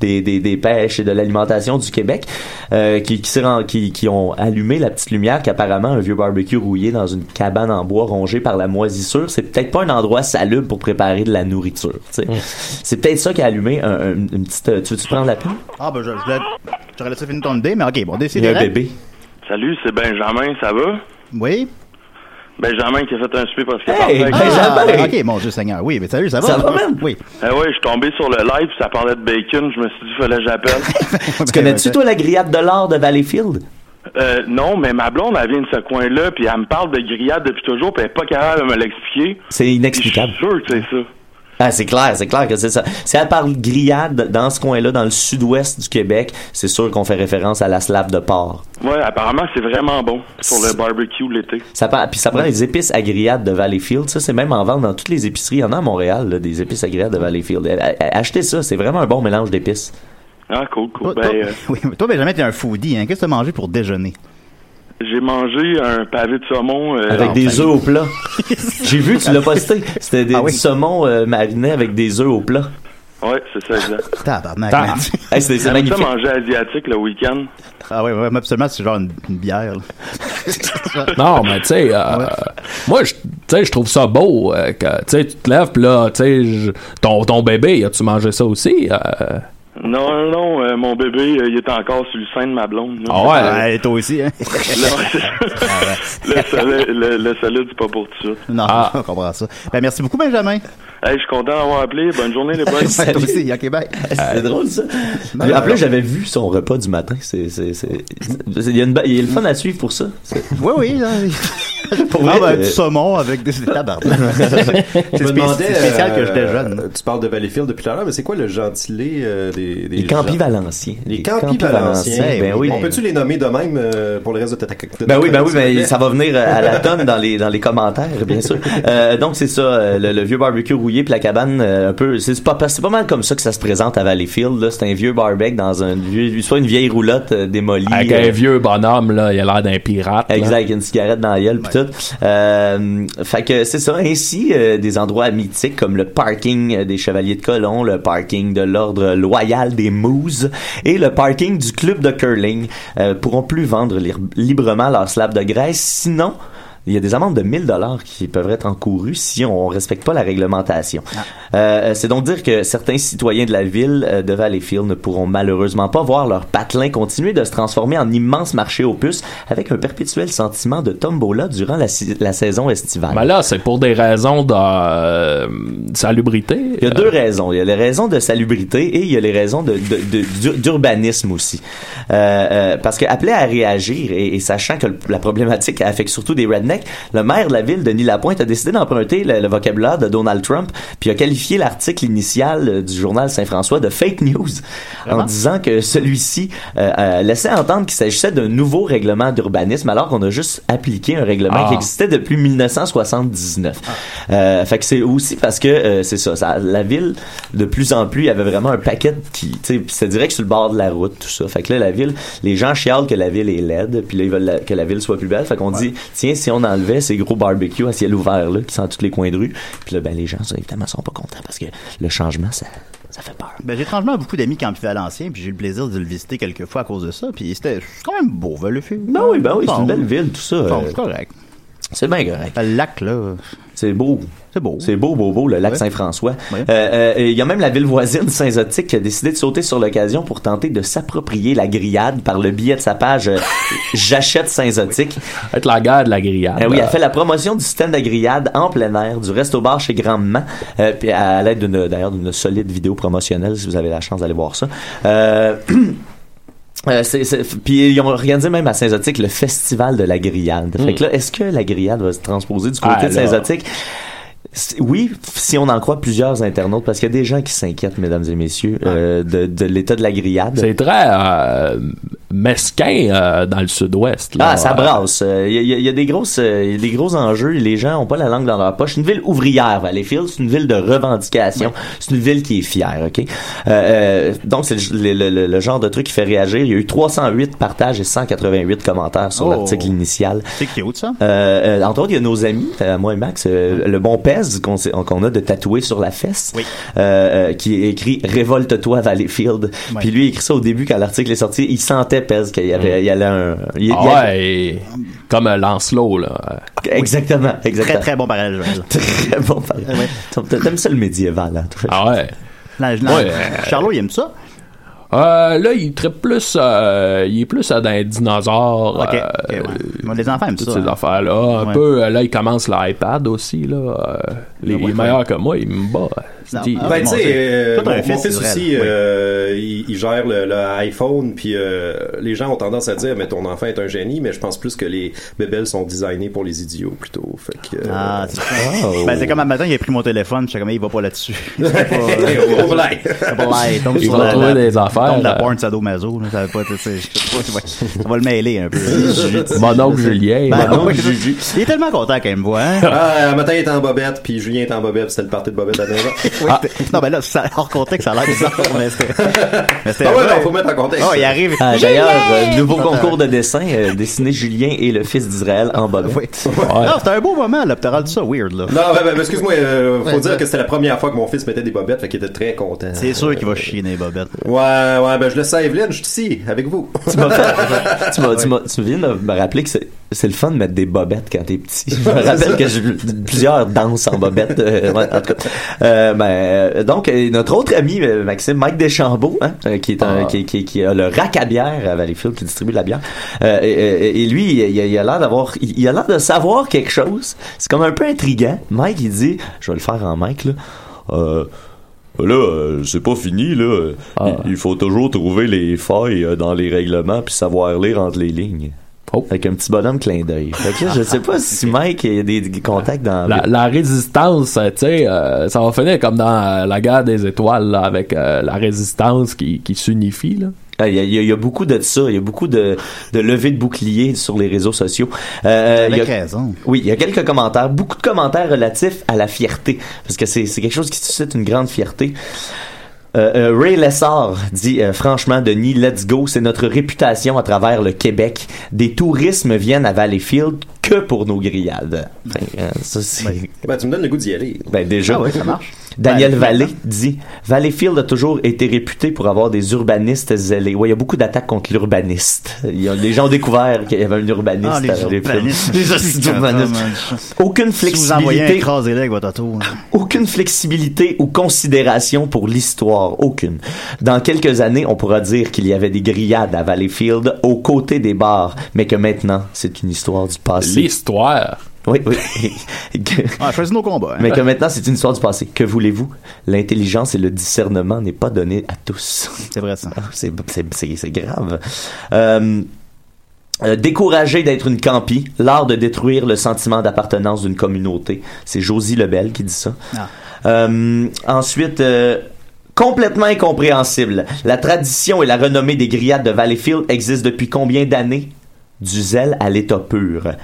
F: des, des, des Pêches et de l'Alimentation du Québec, euh, qui, qui, s'est rend- qui, qui ont allumé la petite lumière qu'apparemment un vieux barbecue rouillé dans une cabane en bois rongée par la moisissure, c'est peut-être pas un endroit salubre pour préparer de la nourriture. tu sais. C'est peut-être ça qui a allumé un- un- une petite... euh, Tu veux-tu prendre la pile?
D: Ah, ben, je, je voulais- j'aurais laissé finir ton idée, mais ok, bon,
F: Il y
D: décidez.
F: a un bébé.
I: Salut, c'est Benjamin, ça va?
D: Oui.
I: Benjamin qui a fait un souper parce qu'il
D: Hey,
I: parlait avec-
D: ah, ok, mon Dieu Seigneur, oui, mais salut, ça va?
I: Ça va, man?
D: Oui.
I: Eh oui, je suis tombé sur le live, ça parlait de bacon, je me suis dit, fallait que j'appelle.
F: Tu connais-tu, toi, la grillade de l'art de Valleyfield?
I: Euh, non, mais ma blonde, elle vient de ce coin-là, puis elle me parle de grillade depuis toujours, puis elle n'est pas capable de me l'expliquer.
F: C'est inexplicable.
I: Je suis sûr que c'est ça.
F: Ah, c'est clair, c'est clair que c'est ça. Si elle parle grillade dans ce coin-là, dans le sud-ouest du Québec, c'est sûr qu'on fait référence à la slave de porc.
I: Ouais, apparemment, c'est vraiment bon sur le barbecue l'été.
F: Ça par- Puis ça prend les épices à grillade de Valleyfield. Ça, c'est même en vente dans toutes les épiceries. Il y en a à Montréal, là, des épices à grillade de Valleyfield. Euh, euh, Achetez ça, c'est vraiment un bon mélange d'épices.
I: Ah, cool, cool.
D: Toi,
I: Ben,
D: toi-
I: euh,
D: oui, mais toi, Benjamin, t'es un foodie, hein. Qu'est-ce que t'as mangé pour déjeuner?
I: j'ai mangé un pavé de saumon. euh,
F: Avec
I: en
F: des
I: famille.
F: œufs au plat. J'ai vu, tu l'as posté. C'était
D: Ah
F: des, du saumon euh, mariné avec des œufs au plat.
I: Ouais, c'est ça, exact.
D: Tabarnak,
E: Ah,
D: man.
F: Hey, c'est- c'est
I: J'aime
F: magnifique.
I: ça manger asiatique le week-end.
D: Ah, ouais, ouais, mais absolument, c'est genre une, une bière, là.
E: Non, mais tu sais, euh, moi, je- tu sais, je trouve ça beau. euh, que, tu sais, tu te lèves, puis là, tu sais, je- ton, ton bébé, as-tu mangé ça aussi? Euh,
I: Non, non, non, euh, mon bébé, euh, il est encore sur le sein de ma blonde. là.
E: Ah ouais?
D: toi aussi, hein? Ah,
I: Le, le, soleil- le, le soleil dit pas pour tout de suite.
D: Non,
F: Ah.
D: on comprend ça. Ben, merci beaucoup, Benjamin.
I: Hey, je suis content d'avoir appelé. Bonne journée, les boys.
D: Ouais, toi aussi, ok, bye.
F: C'est drôle, ça.
D: Non,
F: Puis, en
D: non,
F: plus,
D: non.
F: j'avais vu son repas du matin. C'est, c'est, c'est- c'est- il, y a une ba- il y a le fun à suivre pour ça. C'est-
D: Oui, oui. là.
F: Pour
D: ah,
F: vrai,
D: ben,
F: euh,
D: du saumon avec des tabarnak.
G: Je
D: c'est
G: me
D: spéci-
G: demandais,
D: c'est spécial que
G: euh,
D: j'étais jeune.
G: Tu parles de Valleyfield depuis tout à l'heure, mais c'est quoi le gentilé euh, des, des
F: Les Campis
G: gens?
F: Valenciens.
G: Les
F: Campis
G: Campis Valenciens.
F: Valenciens, ben oui.
G: On peut-tu les nommer de même euh, pour le reste de ta de ta
F: Ben oui, ben oui,
G: chronique, s'il te
F: ben,
G: plaît?
F: ça va venir euh, à la tonne dans les, dans les commentaires, bien sûr. Euh, donc, c'est ça, euh, le, le vieux barbecue rouillé puis la cabane, euh, un peu, c'est c'est pas, c'est pas mal comme ça que ça se présente à Valleyfield, là. C'est un vieux barbecue dans un vieux, soit une vieille roulotte euh, démolie.
E: avec
F: euh,
E: un vieux bonhomme, là, il a l'air d'un pirate. là.
F: Exact, une cigarette dans la gueule pis tout. Euh, fait que c'est ça. Ainsi, euh, des endroits mythiques comme le parking euh, des Chevaliers de Colomb, le parking de l'Ordre Loyal des Mooses et le parking du club de curling euh, pourront plus vendre lib- librement leur slab de graisse. Sinon, il y a des amendes de 1000 dollars qui peuvent être encourues si on respecte pas la réglementation. Euh, c'est donc dire que certains citoyens de la ville euh, de Valleyfield ne pourront malheureusement pas voir leur patelin continuer de se transformer en immense marché aux puces avec un perpétuel sentiment de tombola durant la, si- la saison estivale.
E: Mais Ben là, c'est pour des raisons de euh, salubrité.
F: Il y a deux raisons. Il y a les raisons de salubrité et il y a les raisons de- de- de- d'ur- d'urbanisme aussi. Euh, euh, parce que appelé à réagir et, et sachant que le- la problématique affecte surtout des rednecks, le maire de la ville, Denis Lapointe, a décidé d'emprunter le, le vocabulaire de Donald Trump puis a qualifié l'article initial euh, du journal Saint-François de fake news en disant que celui-ci euh, euh, laissait entendre qu'il s'agissait d'un nouveau règlement d'urbanisme alors qu'on a juste appliqué un règlement qui
H: Ah.
F: existait c'était depuis 1979.
D: Ah.
F: Euh, fait que c'est aussi parce que euh, c'est ça, ça- la ville de plus en plus il y avait vraiment un paquet qui tu sais, c'était direct sur le bord de la route tout ça. Fait que là la ville, les gens chialent que la ville est laide, puis là ils veulent la- que la ville soit plus belle. Fait qu'on dit tiens si on enlevait ces gros barbecues à ciel ouvert là, qui sont à tous les coins de rue. Puis là, ben, les gens, ça, évidemment, sont pas contents parce que le changement, ça, ça fait peur.
D: Ben, j'ai étrangement beaucoup d'amis qui ont fait à l'ancien, puis j'ai eu le plaisir de le visiter quelques fois à cause de ça. Puis c'était c'est quand même beau, le film.
F: Ben oui, ben oui, c'est une belle ville, tout ça.
D: Bon, c'est correct.
F: C'est bien correct.
D: Le lac, là.
F: C'est beau.
D: C'est beau.
F: C'est beau, beau, beau, le lac
D: Ouais.
F: Saint-François.
D: Ouais.
F: Euh, euh, Il y a même la ville voisine, Saint-Zotique, qui a décidé de sauter sur l'occasion pour tenter de s'approprier la grillade par le biais de sa page euh, J'achète Saint-Zotique.
E: Être la guerre de la grillade.
F: Eh oui, elle fait la promotion du système de grillade en plein air, du resto-bar chez Grandement, euh, puis à l'aide d'une, d'ailleurs d'une solide vidéo promotionnelle, si vous avez la chance d'aller voir ça. Euh, Euh, c'est- c'est- f- puis ils ont organisé même à Saint-Zotique le festival de la grillade. Fait que là, est-ce que la grillade va se transposer du côté
E: Ah,
F: de
E: là.
F: Saint-Zotique? C'est- Oui, f- si on en croit plusieurs internautes, parce qu'il y a des gens qui s'inquiètent, mesdames et messieurs, euh, de, de l'état de la grillade.
E: C'est très euh, mesquin euh, dans le sud-ouest. là.
F: Ah, ça
E: Euh,
F: brasse. Euh, Il y, a- il y a- il y a des grosses, euh, il y a des gros enjeux. Les gens ont pas la langue dans leur poche. C'est une ville ouvrière, Valleyfield. C'est une ville de revendication. C'est une ville qui est fière, ok. Euh, euh, donc c'est le, le- le- le genre de truc qui fait réagir. Il y a eu 308 partages et 188 commentaires sur
D: Oh.
F: l'article initial.
D: C'est cute, ça.
F: Euh, euh, entre autres, il y a nos amis, euh, moi et Max, euh, le bon pèse qu'on s'est- qu'on a de tatouer sur la fesse, euh, euh, qui est écrit Révolte-toi Valleyfield. Puis lui, il écrit ça au début quand l'article est sorti. Il sentait pèse qu'il y avait, il y allait un,
E: Ah
F: il- il y avait-
E: ouais, et- comme euh, Lancelot, là.
F: Exactement, exactement.
D: Très, très bon parallèle, Joël.
F: très bon parallèle. T'a- T'aimes ça le médiéval, hein, toi?
E: Ah ouais.
D: Non, je- non, Charlot, il aime ça.
E: Euh, là, il traite plus. euh, il est plus euh, dans les dinosaures.
D: Ok,
E: euh,
D: ok, ouais. Moi, les enfants aiment
E: toutes
D: ça,
E: ces
D: hein.
E: affaires-là. Un
D: Ouais.
E: peu, euh, là, il commence l'iPad aussi, là. euh, les
G: ouais, ouais.
E: meilleurs que moi, il me bat. C'est-
G: ben, tu sais, euh,
E: Tout un
G: mon, mon
E: fils,
G: fils
E: Israël.
G: aussi, euh, il, il gère le, le iPhone, puis euh, les gens ont tendance à dire, mais ton enfant est un génie, mais je pense plus que les bébelles sont designées pour les idiots, plutôt. Fait que, euh,
D: Ah, c'est Ben,
F: Oh.
D: c'est comme un matin, il a pris mon téléphone, je suis comme, il va pas là-dessus.
G: Overlay.
D: Overlay. tombe
E: Il
D: sur
E: va
D: la-
E: trouver
D: la-
E: des affaires.
D: Tombe la porn sadomaso, là, ça va pas, tu sais, je sais pas, tu vois, ça va le mêler un peu.
E: Mon oncle Julien.
D: Ben,
G: Mon oncle
D: ouais, Il est tellement content quand il me voit, hein.
G: Ah, un matin, il était en bobette, puis Julien était en bobette, c'était le parti de bobette à la maison. Ah.
D: Oui, c'est- Non, mais là, ça, hors contexte, ça a l'air bizarre, mais c'était. mais c'était-
G: Ah ouais, non, faut mettre en contexte.
D: Oh, il arrive.
F: Ah, D'ailleurs, euh, nouveau
D: Attends.
F: concours de dessin, euh, dessiner Julien et le fils d'Israël en bobette.
D: Non, c'était un beau moment, là, pis t'as rendu ça weird, là.
G: Non, ben, ben, excuse-moi, euh, faut
D: Ouais,
G: dire
D: ouais.
G: que c'était la première fois que mon fils mettait des bobettes, fait qu'il était très content.
D: C'est sûr qu'il va chier dans les bobettes.
G: Ouais, ouais, ben je le sais, Evelyne, je suis ici, avec vous.
F: Tu m'as fait- tu m'as- tu m'as- tu viens de me rappeler que c'est- c'est le fun de mettre des bobettes quand t'es petit. Je me rappelle que j'ai plusieurs danses en bobette. euh, ouais, en tout cas. Euh, ben, euh, donc, euh, notre autre ami, euh, Maxime, Mike Deschambault, hein, euh, qui, est un-
E: Ah.
F: qui, qui- qui a le rack à bière à Valleyfield, qui distribue de la bière. Euh, et, et- et lui, il, a- il a l'air d'avoir, il, il a l'air de savoir quelque chose. C'est comme un peu intriguant. Mike, il dit, je vais le faire en Mike, là. Euh,
H: Là, euh, c'est pas fini, là. Euh,
F: Ah.
H: Il, il faut toujours trouver les failles euh, dans les règlements puis savoir lire entre les lignes.
F: Avec un petit bonhomme clin d'œil. Fait que là, je sais pas si Mike a des des contacts dans
E: La, la résistance, euh, tu sais, euh, ça va finir comme dans euh, la guerre des étoiles, là, avec euh, la résistance qui, qui s'unifie, là.
F: Ah, Il y, a- il y a- il y a beaucoup de ça, il y a beaucoup de, de levées de boucliers sur les réseaux sociaux. Euh,
D: Avec
F: il y a-
D: raison.
F: Oui, il y a quelques commentaires, beaucoup de commentaires relatifs à la fierté, parce que c'est c'est quelque chose qui suscite une grande fierté. Euh, euh, Ray Lessard dit euh, franchement Denis let's go c'est notre réputation à travers le Québec des tourismes viennent à Valleyfield que pour nos grillades Enfin, euh, ça, c'est-
G: Ben, tu me donnes le goût d'y aller.
F: ben déjà.
G: Ah ouais, ça marche.
F: Daniel
G: Ben,
F: Vallée dit Valleyfield a toujours été réputé pour avoir des urbanistes zélés. Ouais, il y a beaucoup d'attaques contre l'urbaniste. Il y a- Les gens ont découvert qu'il y avait un urbaniste
D: Ah, les
F: à Valleyfield.
D: urbanistes.
F: Les hosties d'urbanistes.
G: hein.
F: Aucune
D: Si vous envoyez un
F: flexibilité.
D: écrasé là avec votre auto. hein.
F: Aucune flexibilité ou considération pour l'histoire, aucune. Dans quelques années, on pourra dire qu'il y avait des grillades à Valleyfield aux côtés des bars, mais que maintenant, c'est une histoire du
E: Ah,
F: passé.
E: L'histoire.
F: Oui, oui. Que-
D: Ah, choisis nos combats. hein.
F: mais que maintenant, c'est une histoire du passé. Que voulez-vous? L'intelligence et le discernement n'est pas donné à tous.
D: C'est vrai, ça.
F: C'est c'est- c'est grave. Euh, euh, découragé d'être une campie, l'art de détruire le sentiment d'appartenance d'une communauté. C'est Josie Lebel qui dit ça.
D: Ah.
F: Euh, ensuite, euh, complètement incompréhensible. La tradition et la renommée des grillades de Valleyfield existent depuis combien d'années? Du zèle à l'état pur.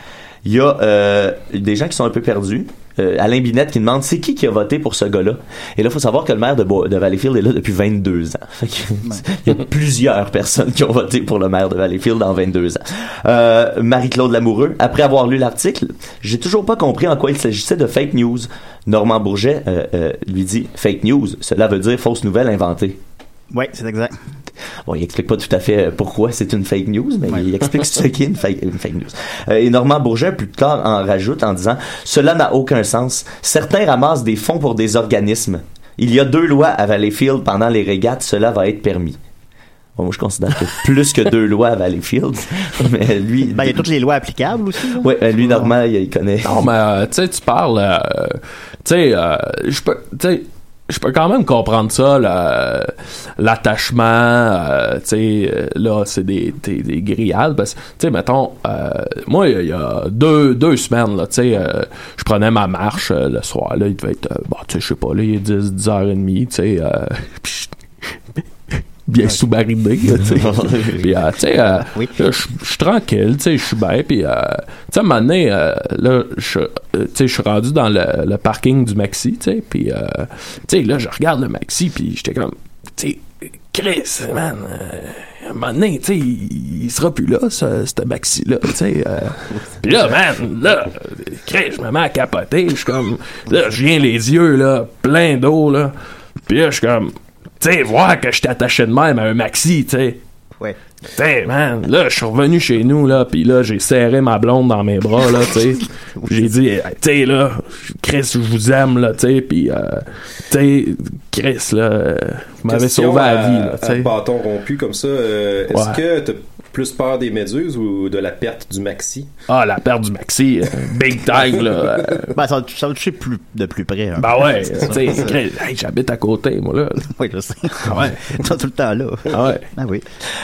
F: Il y a euh, des gens qui sont un peu perdus. Euh, Alain Binette qui demande c'est qui qui a voté pour ce gars-là. Et là, il faut savoir que le maire de, Bo- de Valleyfield est là depuis 22 ans. Fait que, il y a plusieurs personnes qui ont voté pour le maire de Valleyfield en 22 ans. Euh, Marie-Claude Lamoureux, après avoir lu l'article, j'ai toujours pas compris en quoi il s'agissait de fake news. Normand Bourget euh, euh, lui dit fake news, cela veut dire fausse nouvelle inventée.
D: Oui, c'est exact.
F: Bon, il explique pas tout à fait euh, pourquoi c'est une fake news, mais il explique ce qu'est une fake, une fake news. Euh, et Normand Bourget, plus tard, en rajoute en disant « Cela n'a aucun sens. Certains ramassent des fonds pour des organismes. Il y a deux lois à Valleyfield pendant les régates. Cela va être permis. » Bon, moi, je considère que plus que deux lois à Valleyfield, mais lui...
D: Ben, il y a toutes les lois applicables aussi. là.
F: Ouais, euh, lui, Normand, il, il connaît.
E: Non, mais euh, tu sais, tu parles. euh, tu sais, euh, je peux. Tu sais, je peux quand même comprendre ça, là, l'attachement, euh, tu sais, euh, là, c'est des, des, des grillades, parce que, tu sais, mettons, euh, moi, il y a deux, deux semaines, là, tu sais, euh, je prenais ma marche euh, le soir, là, il devait être, euh, bon, tu sais, je sais pas, là, il est 10, 10h30, tu sais, euh, puis je- bien sous-mariné, là, tu sais. Puis, euh, tu sais, euh, là, je je suis tranquille, tu sais, je suis bien, puis, euh, tu sais, à un moment donné, euh, là, je euh, tu sais, je suis rendu dans le, le parking du Maxi, tu sais, puis, euh, tu sais, là, je regarde le Maxi, puis j'étais comme, tu sais, Chris, man, euh, à un moment donné, tu sais, il, il sera plus là, ce, ce Maxi-là, tu sais. euh. Puis là, man, là, euh, Chris, je me mets à capoter, je suis comme, là, je viens les yeux, là, plein d'eau, là, puis là, je suis comme, tu sais, voir que j'étais attaché de même à un Maxi, tu sais.
D: Ouais.
E: T'sais, Ben, man, là, je suis revenu chez nous, là, pis là, j'ai serré ma blonde dans mes bras, là, tu sais. j'ai dit, hey, tu sais, là, Chris, je vous aime, là, tu sais, pis, euh, tu sais, Chris, là, euh, vous m'avez
G: Question
E: sauvé
G: à,
E: la
F: euh,
E: vie, là, tu
G: à
E: sais.
G: bâton rompu comme ça. euh, Est-ce
E: Ouais.
G: que t'as plus peur des méduses ou de la perte du maxi?
E: Ah, la perte du maxi, euh, big time, là. euh,
D: Ben, ça, va- ça va toucher plus, de plus près. hein.
E: Ben ouais,
D: C'est ça.
E: tu sais, Chris, hey, j'habite à côté, moi, là.
D: Oui, je sais. ouais. T'as tout le temps là.
E: Ah ouais.
D: Ah oui.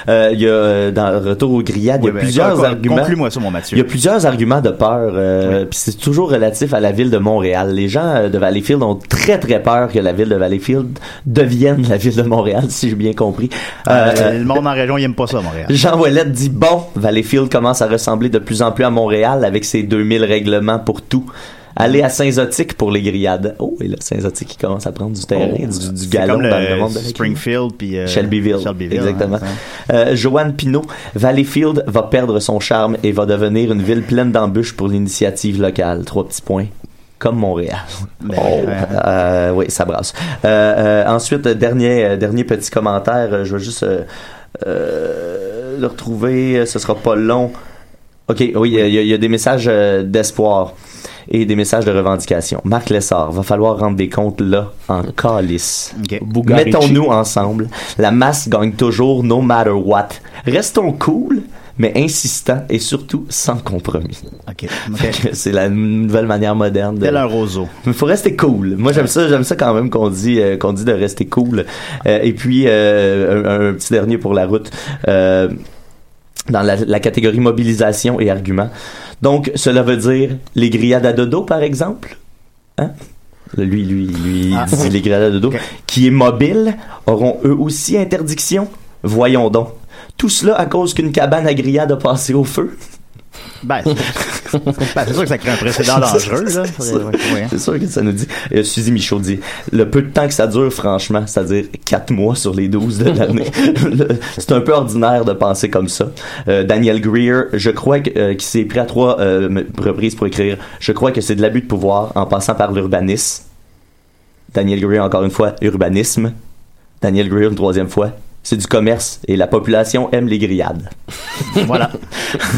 F: Euh, il y a euh, dans Retour aux grillades, il y a
D: ben,
F: plusieurs
D: con- con-
F: arguments.
D: conclue-moi ça, mon Mathieu.
F: Il y a plusieurs arguments de peur, euh, puis c'est toujours relatif à la ville de Montréal. Les gens euh, de Valleyfield ont très très peur que la ville de Valleyfield devienne la ville de Montréal, si j'ai bien compris. Euh,
D: Euh,
F: euh,
D: le monde en région, il aime pas ça, à Montréal.
F: Jean Ouellette dit bon, Valleyfield commence à ressembler de plus en plus à Montréal avec ses 2000 règlements pour tout. Aller à Saint-Zotique pour les grillades. Oh, et là, Saint-Zotique qui commence à prendre du terrain,
D: Oh,
F: du, du
D: c'est
F: galon
D: comme
F: dans
D: le
F: le monde de la
D: Springfield puis euh,
F: Shelbyville.
D: Shelbyville,
F: Exactement.
D: hein,
F: Euh, Joanne Pinault, Valleyfield va perdre son charme et va devenir une ville pleine d'embûches pour l'initiative locale. Trois petits points. Comme Montréal.
D: Ben,
F: Oh.
D: hein.
F: Euh, oui, ça brasse. Euh, euh, ensuite, euh, dernier, euh, dernier petit commentaire. euh, Je vais juste euh, euh, le retrouver. euh, Ce sera pas long. OK, oui, euh, il y, a- il y a des messages euh, d'espoir et des messages de revendication. Marc Lessard, va falloir rendre des comptes là, en calice.
E: Bugarici.
F: Mettons-nous ensemble. La masse gagne toujours, no matter what. Restons cool, mais insistants et surtout sans compromis.
D: OK.
F: Fait que C'est la nouvelle manière moderne. De...
D: Tel un roseau.
F: Il faut rester cool. Moi, j'aime ça, j'aime ça quand même qu'on dit, euh, qu'on dit de rester cool. Euh, et puis, euh, un, un petit dernier pour la route. Euh, dans la, la catégorie mobilisation et argument. Donc, cela veut dire les grillades à dodo, par exemple. Hein? Lui, lui, lui,
D: Ah.
F: dit les grillades à dodo. Qui est mobile, auront eux aussi interdiction? Voyons donc. Tout cela à cause qu'une cabane à grillades a passé au feu?
D: Ben, c'est ben, c'est sûr que ça crée un précédent dangereux, là.
F: C'est sûr. C'est sûr que ça nous dit. Euh, Suzy Michaud dit le peu de temps que ça dure, franchement, c'est-à-dire 4 mois sur les 12 de l'année, le- c'est un peu ordinaire de penser comme ça. Euh, Daniel Greer, je crois que, euh, qu'il s'est pris à trois euh, m- reprises pour écrire Je crois que c'est de l'abus de pouvoir en passant par l'urbanisme. Daniel Greer, encore une fois, urbanisme. Daniel Greer, une troisième fois. C'est du commerce et la population aime les grillades.
D: Voilà.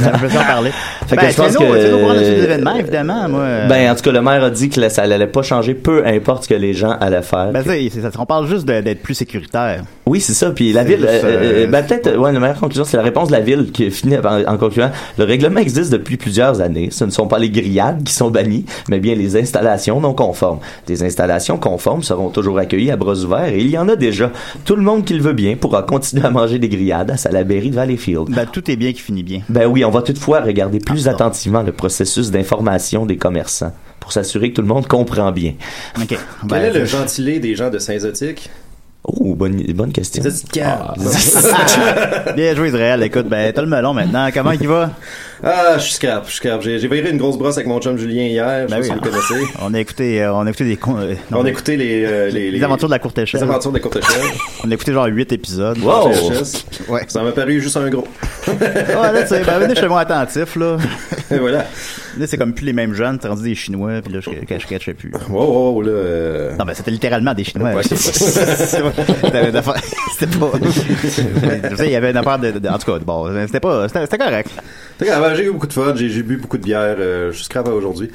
D: Ça me fait ça parler.
F: Fait que
D: Ben,
F: je pense
D: c'est
F: que-
D: nos- c'est nos grands dossiers d'événements, évidemment, moi. euh,
F: Ben, en tout cas, le maire a dit que ça n'allait pas changer, peu importe ce que les gens allaient faire.
D: ben, c'est- c'est ça. On parle juste de- d'être plus sécuritaire.
F: Oui, c'est ça. Puis la
D: C'est
F: ville,
D: juste,
F: euh, euh,
D: euh,
F: ben, peut-être, euh, ouais, la meilleure conclusion, c'est la réponse de la ville qui finit en, en concluant. Le règlement existe depuis plusieurs années. Ce ne sont pas les grillades qui sont bannies, mais bien les installations non conformes. Des installations conformes seront toujours accueillies à bras ouverts et il y en a déjà. Tout le monde qui le veut bien pourra continuer à manger des grillades à Salaberry de Valleyfield.
D: Ben, tout est bien qui finit bien. Ah,
F: Ben oui, on va toutefois regarder plus attentivement le processus d'information des commerçants pour s'assurer que tout le monde comprend bien.
D: OK.
F: Ben,
G: Quel est le gentilé des gens de Saint-Zotique?
F: Oh, bonne, bonne question.
D: Ah. Bien joué, Israël. Écoute, ben, t'as le melon maintenant. Comment il va?
G: Ah, je suis scap, je suis scap. J'ai j'ai viré une grosse brosse avec mon chum Julien hier. Je sais pas si vous le connaissez.
D: On a écouté, euh, on a écouté des. con- euh, Ben hein. non,
G: On écoutait les, euh, les,
D: Les aventures de la courte échelle.
G: Les aventures de la courte échelle.
D: On a écouté genre 8 épisodes.
G: Wow! Ça m'a paru juste un gros.
D: Ouais, là, tu sais, ben, venez chez moi attentif, là.
G: Et voilà.
D: Là, c'est comme plus les mêmes jeunes, t'as rendu des Chinois, puis là, je je- je catchais plus.
G: Wow, wow, là. euh,
D: Non, ben, c'était littéralement des Chinois.
G: Ouais.
D: C'est pas- C'était une affaire- c'était pas. Je sais, il y avait une affaire de. de- En tout cas, bon, c'était pas. C'était c'était correct.
G: T'as quand même- J'ai eu beaucoup de fun, j'ai j'ai bu beaucoup de bière. euh, je suis scrap à aujourd'hui.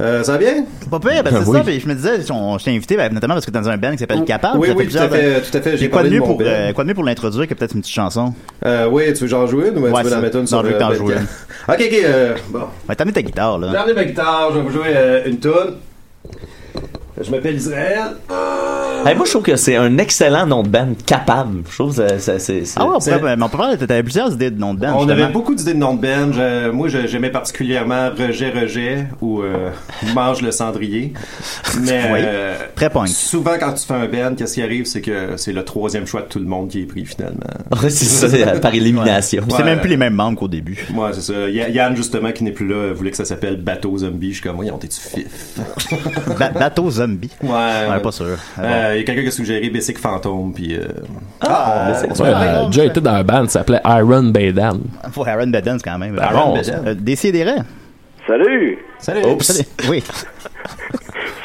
G: Euh, ça va bien?
D: Pas pire, ben, c'est
G: Ah oui.
D: ça, puis je me disais, on, je t'ai invité, ben, notamment parce que t'es dans un band qui s'appelle Capable.
G: oui,
D: ça
G: oui,
D: plusieurs-
G: tout à fait, tout à fait,
D: Puis
G: j'ai
D: quoi
G: parlé
D: de
G: de
D: mieux
G: mon
D: pour,
G: band.
D: euh, quoi de mieux pour l'introduire que peut-être une petite chanson?
G: Euh, oui, tu veux j'en joue une ou tu veux
D: ça.
G: la mettre une
D: Non,
G: sur
D: je veux que
G: le
D: t'en
G: podcast?
D: joues une.
G: Ok, ok, euh, bon.
D: Ben, t'as mis ta guitare,
G: J'ai
D: là.
G: emmené ma guitare, je vais vous jouer euh, une toune. Je m'appelle Israël.
F: Hey, moi, je trouve que c'est un excellent nom de band capable. Je trouve que ça- ça- c'est. c'est-
D: Ah ouais, on pourrait,
F: c'est-
D: ben, mais on peut parler, t'avais plusieurs idées de noms de band.
G: On
D: justement.
G: avait beaucoup d'idées de noms de band. Je- moi, je- j'aimais particulièrement Rejet Rejet ou euh, Mange le cendrier. Mais
D: Oui.
G: euh,
D: Très punk.
G: souvent, quand tu fais un band, qu'est-ce qui arrive, c'est que c'est le troisième choix de tout le monde qui est pris finalement.
F: Ouais, c'est ça, c'est, euh, par élimination.
D: Puis c'est même plus les mêmes membres qu'au début.
G: Moi, c'est ça. Ya- Yann, justement, qui n'est plus là, euh, voulait que ça s'appelle Bateau Zombie. Je suis comme, oui, on t'es-tu fif?
D: Ba- bateau zombie.
G: Ouais. ouais.
D: pas sûr.
G: Euh, Il y a quelqu'un qui a suggéré Basic Fantôme, puis... euh,
D: Ah,
G: Basic
E: Ouais, euh,
G: Fantôme.
E: Jay était dans un band qui s'appelait Iron Baidan.
D: Faut Aaron Bedens quand même.
E: Ben,
D: Aaron
E: bon,
D: Bedens. Euh, Décidérez.
J: Salut!
G: Salut!
D: Oups. Oui.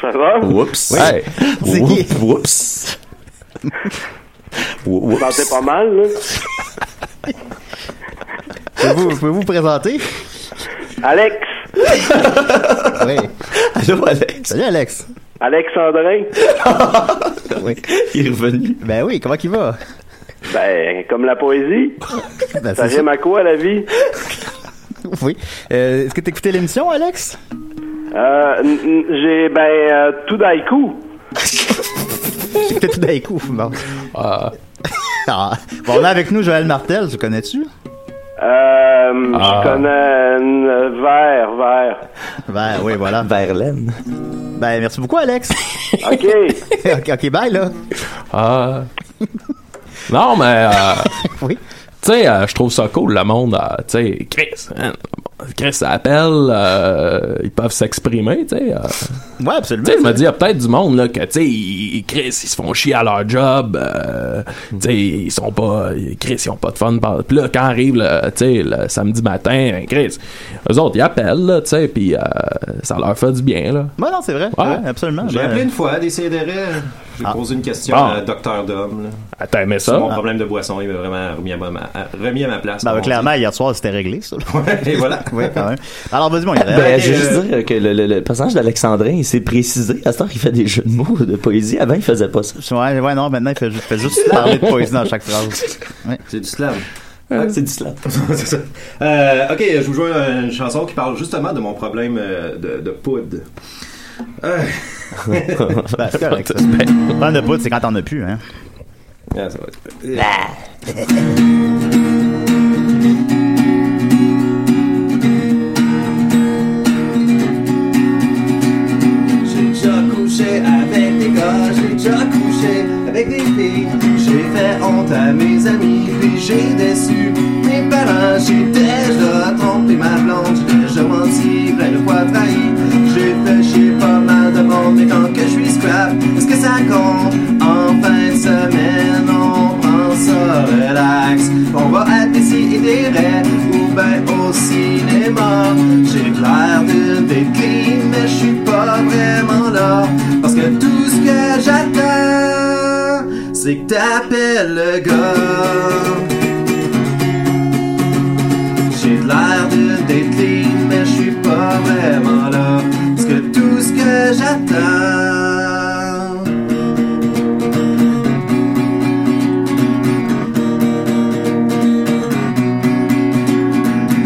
J: Ça va?
F: Oups.
D: Oui.
F: Hey.
D: C'est
F: Oups.
D: qui?
F: Oups. Ou-
J: Vous
F: oups.
J: sentez pas mal, là?
D: Pouvez-vous pouvez-vous vous présenter?
J: Alex!
D: Oui.
F: Allô, Alex.
D: Salut, Alex.
J: Alexandrin?
D: Oui.
F: Il est revenu.
D: Ben oui, comment il va?
J: Ben, comme la poésie.
D: Ben,
J: ça
D: c'est
J: rime à quoi, la vie?
D: Oui. Euh, Est-ce que t'écoutais l'émission, Alex?
J: Euh, n- n- j'ai, ben, euh, tout d'un coup.
D: J'écoutais tout d'un coup. Bon. Ah. Bon, on a avec nous Joël Martel, tu connais-tu?
J: Euh,
D: Ah.
J: Je connais une euh, vert, vert.
D: Ben oui, voilà.
F: Verlaine.
D: Ben merci beaucoup, Alex.
J: OK.
D: ok, ok, bye, là.
E: Ah. non, mais. euh,
D: oui.
E: Tu sais, euh, je trouve ça cool, le monde. euh, tu sais, Chris, hein, Chris appelle, euh, ils peuvent s'exprimer, tu sais. euh.
D: ouais, absolument.
E: Tu sais, je me dis, il y a peut-être du monde, là, que, tu sais, ils- ils- Chris, ils se font chier à leur job. euh, tu sais, ils sont pas. Chris, ils ont pas de fun. par- Puis là, quand arrive, le- tu sais, le samedi matin, hein, Chris, eux autres, ils appellent, là, tu sais, puis euh, ça leur fait du bien, là.
D: Moi, non, c'est vrai.
E: Ouais.
D: Ouais, absolument.
G: J'ai
D: Ben,
G: appelé une fois, des CDR. J'ai
D: Ah.
G: posé une question
E: Bon.
G: à Docteur Dom. là.
E: Ah, t'aimais
G: Sur
E: ça?
G: Mon
E: Ah.
G: problème de boisson, il m'a vraiment remis à ma, à- remis à ma place.
D: Ben,
G: comme
D: ouais,
G: on
D: clairement, hier soir, c'était réglé, ça.
G: dit. Et voilà.
D: oui, quand même. Alors, vas-y, mon gars.
F: Ben, je veux
E: euh,
F: juste dire que le, le- le personnage d'Alexandrin, il s'est précisé. À ce temps, il fait des jeux de mots de poésie. Avant, il faisait pas ça.
D: Ouais, ouais, non, maintenant, il fait juste, fait juste parler de poésie dans chaque phrase.
G: C'est du slam. Ah,
F: C'est du slam.
G: C'est ça. Euh, ok, je vous joue une chanson qui parle justement de mon problème euh, de, de poudre. Euh.
D: ben, c'est correct. ça. Prendre de poudre, c'est quand t'en as plus, hein.
G: Ah, ça va.
C: J'ai déjà couché avec des gars, j'ai déjà couché avec des filles. J'ai fait honte à mes amis, puis j'ai déçu mes parents. J'ai déjà trompé ma blonde, j'ai déjà menti, plein de fois trahi. J'ai fait chier pas mal de monde, mais quand que je suis scrap, est-ce que ça compte? En fin de semaine, on prend ça relax. On va à ici et des raies, ou ben au cinéma. J'ai l'air d'une décline, mais je suis pas vraiment là. Parce que tout ce que j'attends, c'est que t'appelles le gars. J'ai de l'air d'une décline, mais je suis pas vraiment là. Parce que tout ce que j'attends,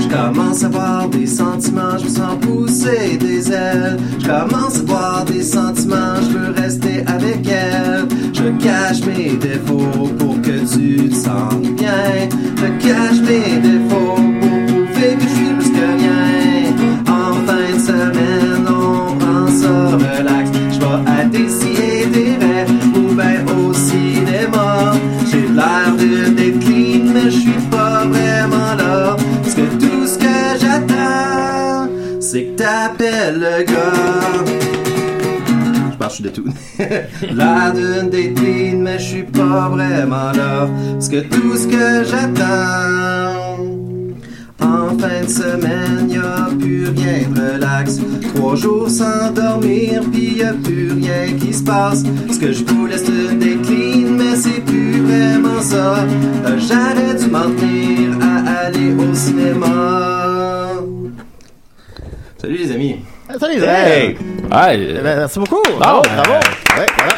C: Je commence à voir des sentiments, je me sens pousser des ailes. Je commence à voir des sentiments, je veux rester avec elle. Je cache mes défauts pour que tu te sentes bien. Je cache mes défauts pour prouver que je suis plus que rien. En fin de semaine, on prend ça relax. Je vais à des si et des rêves ou bien au cinéma.
G: c'est que t'appelles le gars. Je pense que je suis de tout. La d'une d'été, mais je suis pas vraiment là. Parce que tout ce que j'attends. En fin de semaine, y a plus rien de relax. Trois jours sans dormir, pis y a plus rien qui se passe. Ce que je voulais, c'est une décline, mais c'est plus vraiment ça. Euh, J'aurais dû m'en tenir à aller au cinéma. Salut les amis.
D: Salut, les
G: Hey.
D: amis. Eh ben, Merci beaucoup. Bravo, bravo. Ouais, voilà.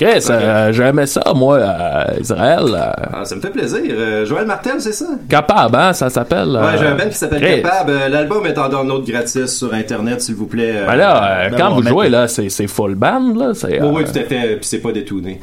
E: Chris, euh, j'aimais ça, moi, euh, Israël. euh,
G: Ah, Ça me fait plaisir. Euh, Joël Martel, c'est ça?
E: capable, hein, ça s'appelle. euh,
G: Ouais, j'ai un band qui s'appelle
E: Chris.
G: Capable. Euh, L'album est en download gratis sur Internet, s'il vous plaît. Euh,
E: Ben là, euh,
G: ben
E: quand
G: bon,
E: vous
G: mais-
E: jouez, là, c'est c'est full band, là. c'est,
G: Oui,
E: euh,
G: oui, tout à fait. Puis c'est pas détourné.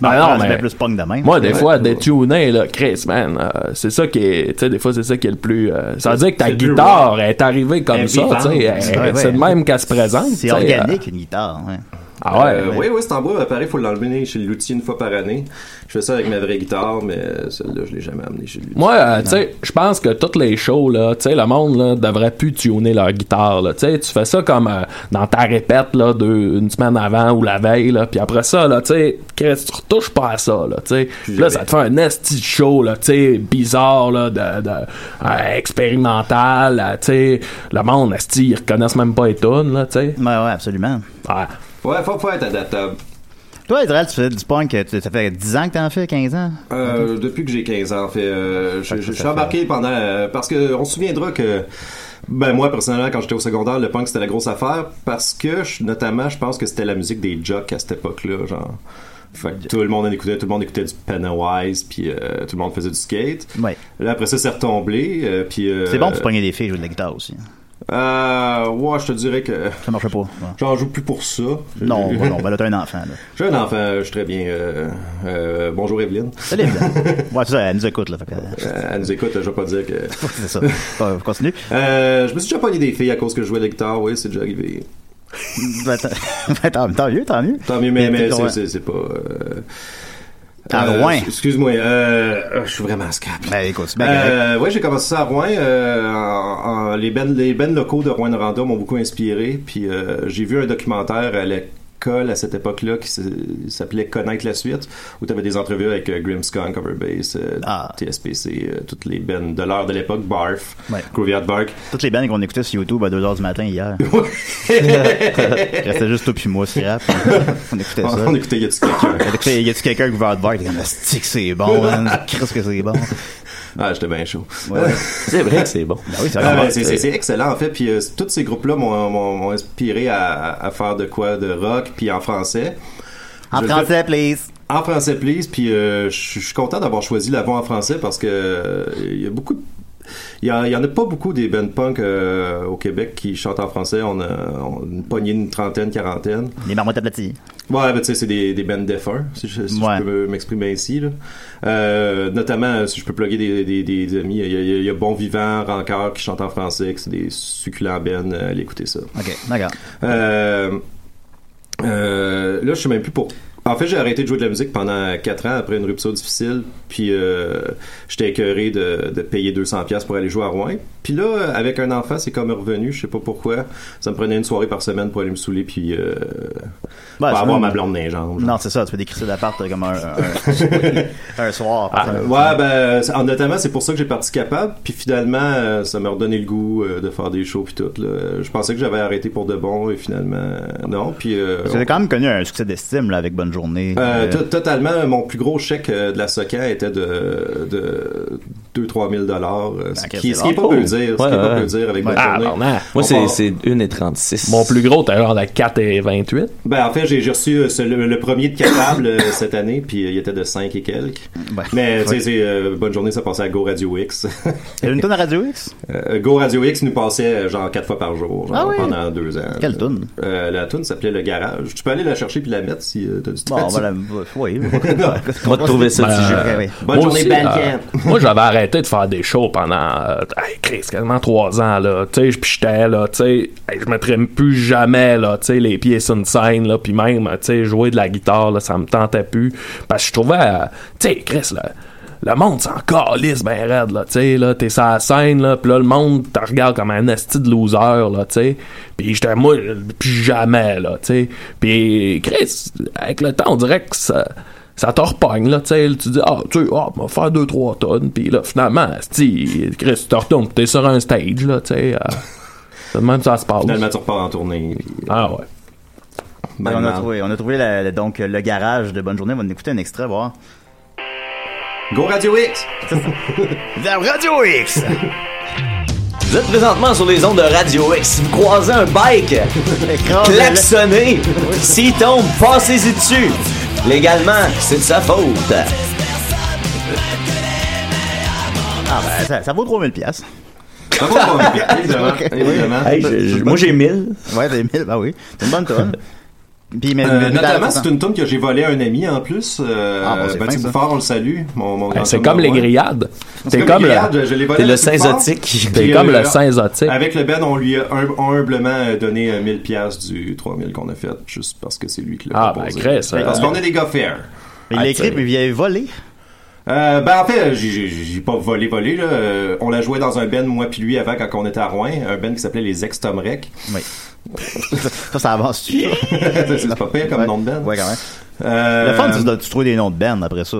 E: Ben
D: Ah,
E: non,
D: c'est
E: mais
D: bien plus punk de même.
E: Moi, des
D: Ouais.
E: fois, détuner, là, Chris, man, euh, c'est ça qui est, tu sais, des fois, c'est ça qui est le plus, euh, ça veut dire que ta
D: C'est le plus
E: guitare
D: raw.
E: est arrivée comme
D: Elle
E: ça,
D: vivante.
E: tu sais, elle-
D: Ouais, ouais.
E: c'est de même qu'elle se présente. tu
D: ben, C'est
E: sais,
D: organique,
E: euh,
D: une guitare. ouais.
E: Ah ouais,
G: Euh,
E: ouais.
G: Oui, oui, c'est en bois. À Paris, il faut l'enlever chez le loutier une fois par année. Je fais ça avec ma vraie guitare, mais euh, celle-là, je l'ai jamais amenée chez le loutier.
E: Moi, euh, tu sais, je pense que toutes les shows, là, tu sais, le monde, là, devrait plus tuner leur guitare, là. Tu sais, tu fais ça comme euh, dans ta répète, là, deux- une semaine avant ou la veille, là, puis après ça, là, tu sais, Chris, tu retouches pas à ça, là, tu sais. Puis Là, ça te fait un esti de show, là, tu sais, bizarre, là, de, de- euh, expérimental, là, tu sais. Le monde, esti, ils reconnaissent même pas les tunes, là, tu sais.
D: Ouais,
E: Ah,
D: Ben ouais, absolument.
E: Ouais.
G: Ouais, faut, faut être adaptable.
D: Toi, Israël, tu faisais du punk, tu- ça fait 10 ans que t'en fais, 15 ans?
G: Euh, depuis que j'ai 15 ans, en fait, euh, je, je- je suis embarqué pendant... euh, parce que on se souviendra que... Ben moi, personnellement, quand j'étais au secondaire, le punk, c'était la grosse affaire. Parce que, je- notamment, je pense que c'était la musique des jocks à cette époque-là, genre... Fait que tout le monde en écoutait, tout le monde écoutait du Pennywise, puis euh, tout le monde faisait du skate.
D: Ouais.
G: Là, après ça, c'est retombé, euh, puis... euh,
D: C'est bon pour pogner des filles, jouer de la guitare aussi.
G: Euh, ouais, je te dirais que...
D: Ça marchait pas. ouais.
E: Euh,
G: J'en joue plus pour ça.
D: Non, bah non, ben là, t'as un enfant, là.
G: J'ai un enfant, je suis très bien. euh, euh, bonjour Evelyne.
D: Salut, Ouais, c'est ça, elle nous écoute, là. fait que-
G: Euh, elle nous écoute, je vais pas dire que.
D: c'est ça. Euh, continue.
G: Euh, je me suis déjà pogné des filles à cause que je jouais de la guitare, oui, c'est déjà arrivé.
D: Ben, tant- ben, tant, tant mieux, tant mieux.
G: Tant mieux, mais,
D: Mais
G: mais
D: t'es-
G: c'est-
D: ouais.
G: c'est c'est pas. euh,
D: À
G: euh,
D: Rouen.
G: Excuse-moi, euh, euh, je suis vraiment scap.
D: Ben, écoute, c'est bien correct.
G: Euh, ouais, j'ai commencé ça à Rouen. euh, en- en- les bands les bands locaux de Rouen-Noranda m'ont beaucoup inspiré. Puis euh, j'ai vu un documentaire à l'école à cette époque-là qui s- s'appelait Connaître la suite, où tu avais des entrevues avec euh, Grimmskunk, Overbass, euh,
D: Ah.
G: TSPC, euh, toutes les bands de l'heure de l'époque, Barf,
D: Ouais.
G: Groovy Hard Bark.
D: Toutes les bandes qu'on écoutait sur YouTube à 2h du matin hier. Restait juste toi puis moi, scrap. On écoutait ça.
G: On écoutait Y a-tu quelqu'un?
D: On écoutait Y a-tu quelqu'un qui veut avoir de bar? Comme stick, c'est bon, hein. Qu'est-ce que c'est bon?
G: Ah, j'étais bien chaud.
D: Ouais.
K: C'est vrai que c'est bon.
D: oui, c'est
G: Ah,
D: vraiment-
G: ben, c'est- c'est- c'est excellent en fait. Puis euh, tous ces groupes-là m'ont- m'ont m'ont inspiré à, à faire de quoi de rock puis en français.
D: En
G: Je le
D: français,
G: fais-
D: please.
G: En français, please. Puis euh, je je suis content d'avoir choisi la voix en français parce que euh, il y a beaucoup. de- Il y, en- il y en a pas beaucoup des bands punk euh, au Québec qui chantent en français. On a, on a une poignée, une trentaine, quarantaine.
D: Les marmottes aplaties.
G: Ouais, ben, tu sais, c'est des, des bands défunts, si, je, si je
D: Ouais.
G: peux m'exprimer ainsi. Là. Euh, notamment, euh, si je peux plugger des, des, des- des amis, il y, a, il y a- il y a Bon Vivant, Rancœur qui chante en français, que c'est des succulents bands, euh, allez écouter ça.
D: Ok, d'accord.
G: Euh, euh, là, je sais même plus pour. En fait, j'ai arrêté de jouer de la musique pendant 4 ans après une rupture difficile, puis euh, j'étais écœuré de, de payer 200$ piastres pour aller jouer à Rouen. Puis là, avec un enfant, c'est comme revenu, je sais pas pourquoi. Ça me prenait une soirée par semaine pour aller me saouler, puis euh,
D: Ben,
G: pas
D: c'est
G: avoir
D: même-
G: ma blonde dans les jambes.
D: Non, c'est ça, tu peux décrire ça d'appart euh, comme un, un, un soir.
G: Euh, ouais, ben, c'est- en- notamment, c'est pour ça que j'ai parti capable. Puis finalement, euh, ça m'a redonné le goût euh, de faire des shows puis tout. là. Je pensais que j'avais arrêté pour de bon et finalement, euh, non. Puis euh,
D: Tu avais quand même connu un succès d'estime là, avec Bonne Journée.
G: euh,
D: Euh,
G: to- totalement, mon plus gros chèque euh, de la SOCA était de, de 2-3 000 dollars, euh, ce
K: Ok,
G: qui
K: Ah, c'est
G: ce qui est pas
K: bon.
G: peu dire, ce qui est
K: Ouais,
G: pas
K: ouais.
G: peu dire avec
K: Ouais.
G: Bonne
K: Ah,
G: Journée.
K: pardon.
G: On
K: Moi, c'est,
G: part-
K: c'est 1,36.
E: hein. Mon plus gros, t'as genre de 4 et 28.
G: Ben, en fait, j'ai j'ai reçu euh, ce- le, le premier de capable euh, cette année, puis euh, il était de 5 et quelques. Mais, tu sais, c'est, euh, bonne journée, ça passait à Go Radio X.
D: Il y a une tonne à Radio X?
G: Euh, Go Radio X nous passait euh, genre quatre fois par jour genre,
D: Ah oui?
G: pendant deux ans.
D: Quelle tune?
G: Euh, la tune s'appelait Le Garage. Tu peux aller la chercher puis la mettre si euh, t'as du temps.
D: Bon, voilà. Oui.
G: On va te trouver ça,
E: Ben,
G: si je-
E: euh,
G: Ouais, ouais. Bonne
E: moi
G: journée, Ben
E: aussi,
G: Bandcamp.
E: euh, moi, j'avais arrêté de faire des shows pendant, euh, hey, Chris, quasiment trois ans, là. Tu sais, puis j'étais, là, tu sais, hey, je mettrais plus jamais, là, tu sais, les pieds sur une scène, là, puis même, tu sais, jouer de la guitare, là, ça me tentait plus. Parce que je trouvais, euh, tu sais, Chris, là. le monde s'en calisse ben raide, là, tu sais, là, t'es sur la scène, là, pis là, le monde te regarde comme un asti de loser, là, tu sais, pis j'étais, moi, plus jamais, là, tu sais, pis Chris, avec le temps, on dirait que ça ça te repogne, là, tu sais, tu dis, ah, tu sais, ah, on va faire 2-3 tonnes, puis là, finalement, asti, Chris, tu te retournes, pis t'es sur un stage, là, tu sais, euh, c'est de même que ça se passe.
G: Finalement, tu repars en tournée.
E: Ah ouais.
D: Ben, on, a trouvé, on a trouvé la- la- donc le garage de Bonne Journée. On va en écouter un extrait, voir.
G: Go Radio X!
D: La Radio X!
F: Vous êtes présentement sur les ondes de Radio X. Si vous croisez un bike, klaxonnez. S'il tombe, passez-y dessus. Légalement, c'est de sa faute.
D: Ah ben, ça, ça vaut 3000 piastres.
G: Ça vaut 3000 piastres, évidemment, évidemment. Euh, Hey, je- je- moi, j'ai
F: 1000.
D: Ouais, t'as 1000, bah oui. C'est une bonne tonne. Puis, mais,
G: Euh,
D: mais-
G: notamment, c'est une tune que j'ai volée à un ami en plus. Euh,
D: Ah, bon, c'est
G: Baptiste
D: fin, ça.
G: Bouffard, on le salue. Mon, mon grand
E: c'est
G: chum
E: comme
G: de
E: les
G: moi.
E: grillades.
G: C'est
E: T'es
G: comme
E: comme
G: les
E: le-
G: grillades, je l'ai volé
E: t'es
G: à
E: le
G: Baptiste Bouffard.
E: Saint-Zotique.
G: Puis,
E: T'es comme le
G: euh,
E: Saint-Zotique.
G: Avec le Ben, on lui a hum- humblement donné euh, 1000 piastres du 3000 qu'on a fait, juste parce que c'est lui qui l'a
E: Ah,
G: proposé.
E: ben, Chris, euh,
G: Parce qu'on est des gars fair.
D: Ah, Il l'a écrit, mais il avait volé.
G: Euh, ben en fait, j'ai- j'ai j'ai pas volé volé là. Euh, on l'a joué dans un ben moi puis lui avant quand on était à Rouen, un ben qui s'appelait les ex Tomrec.
D: Oui. ça, ça avance tu
G: C'est pas pire comme nom de ben.
D: Ouais, quand même.
G: Euh,
D: Le fun, c'est de tu trouves des noms de Ben après ça.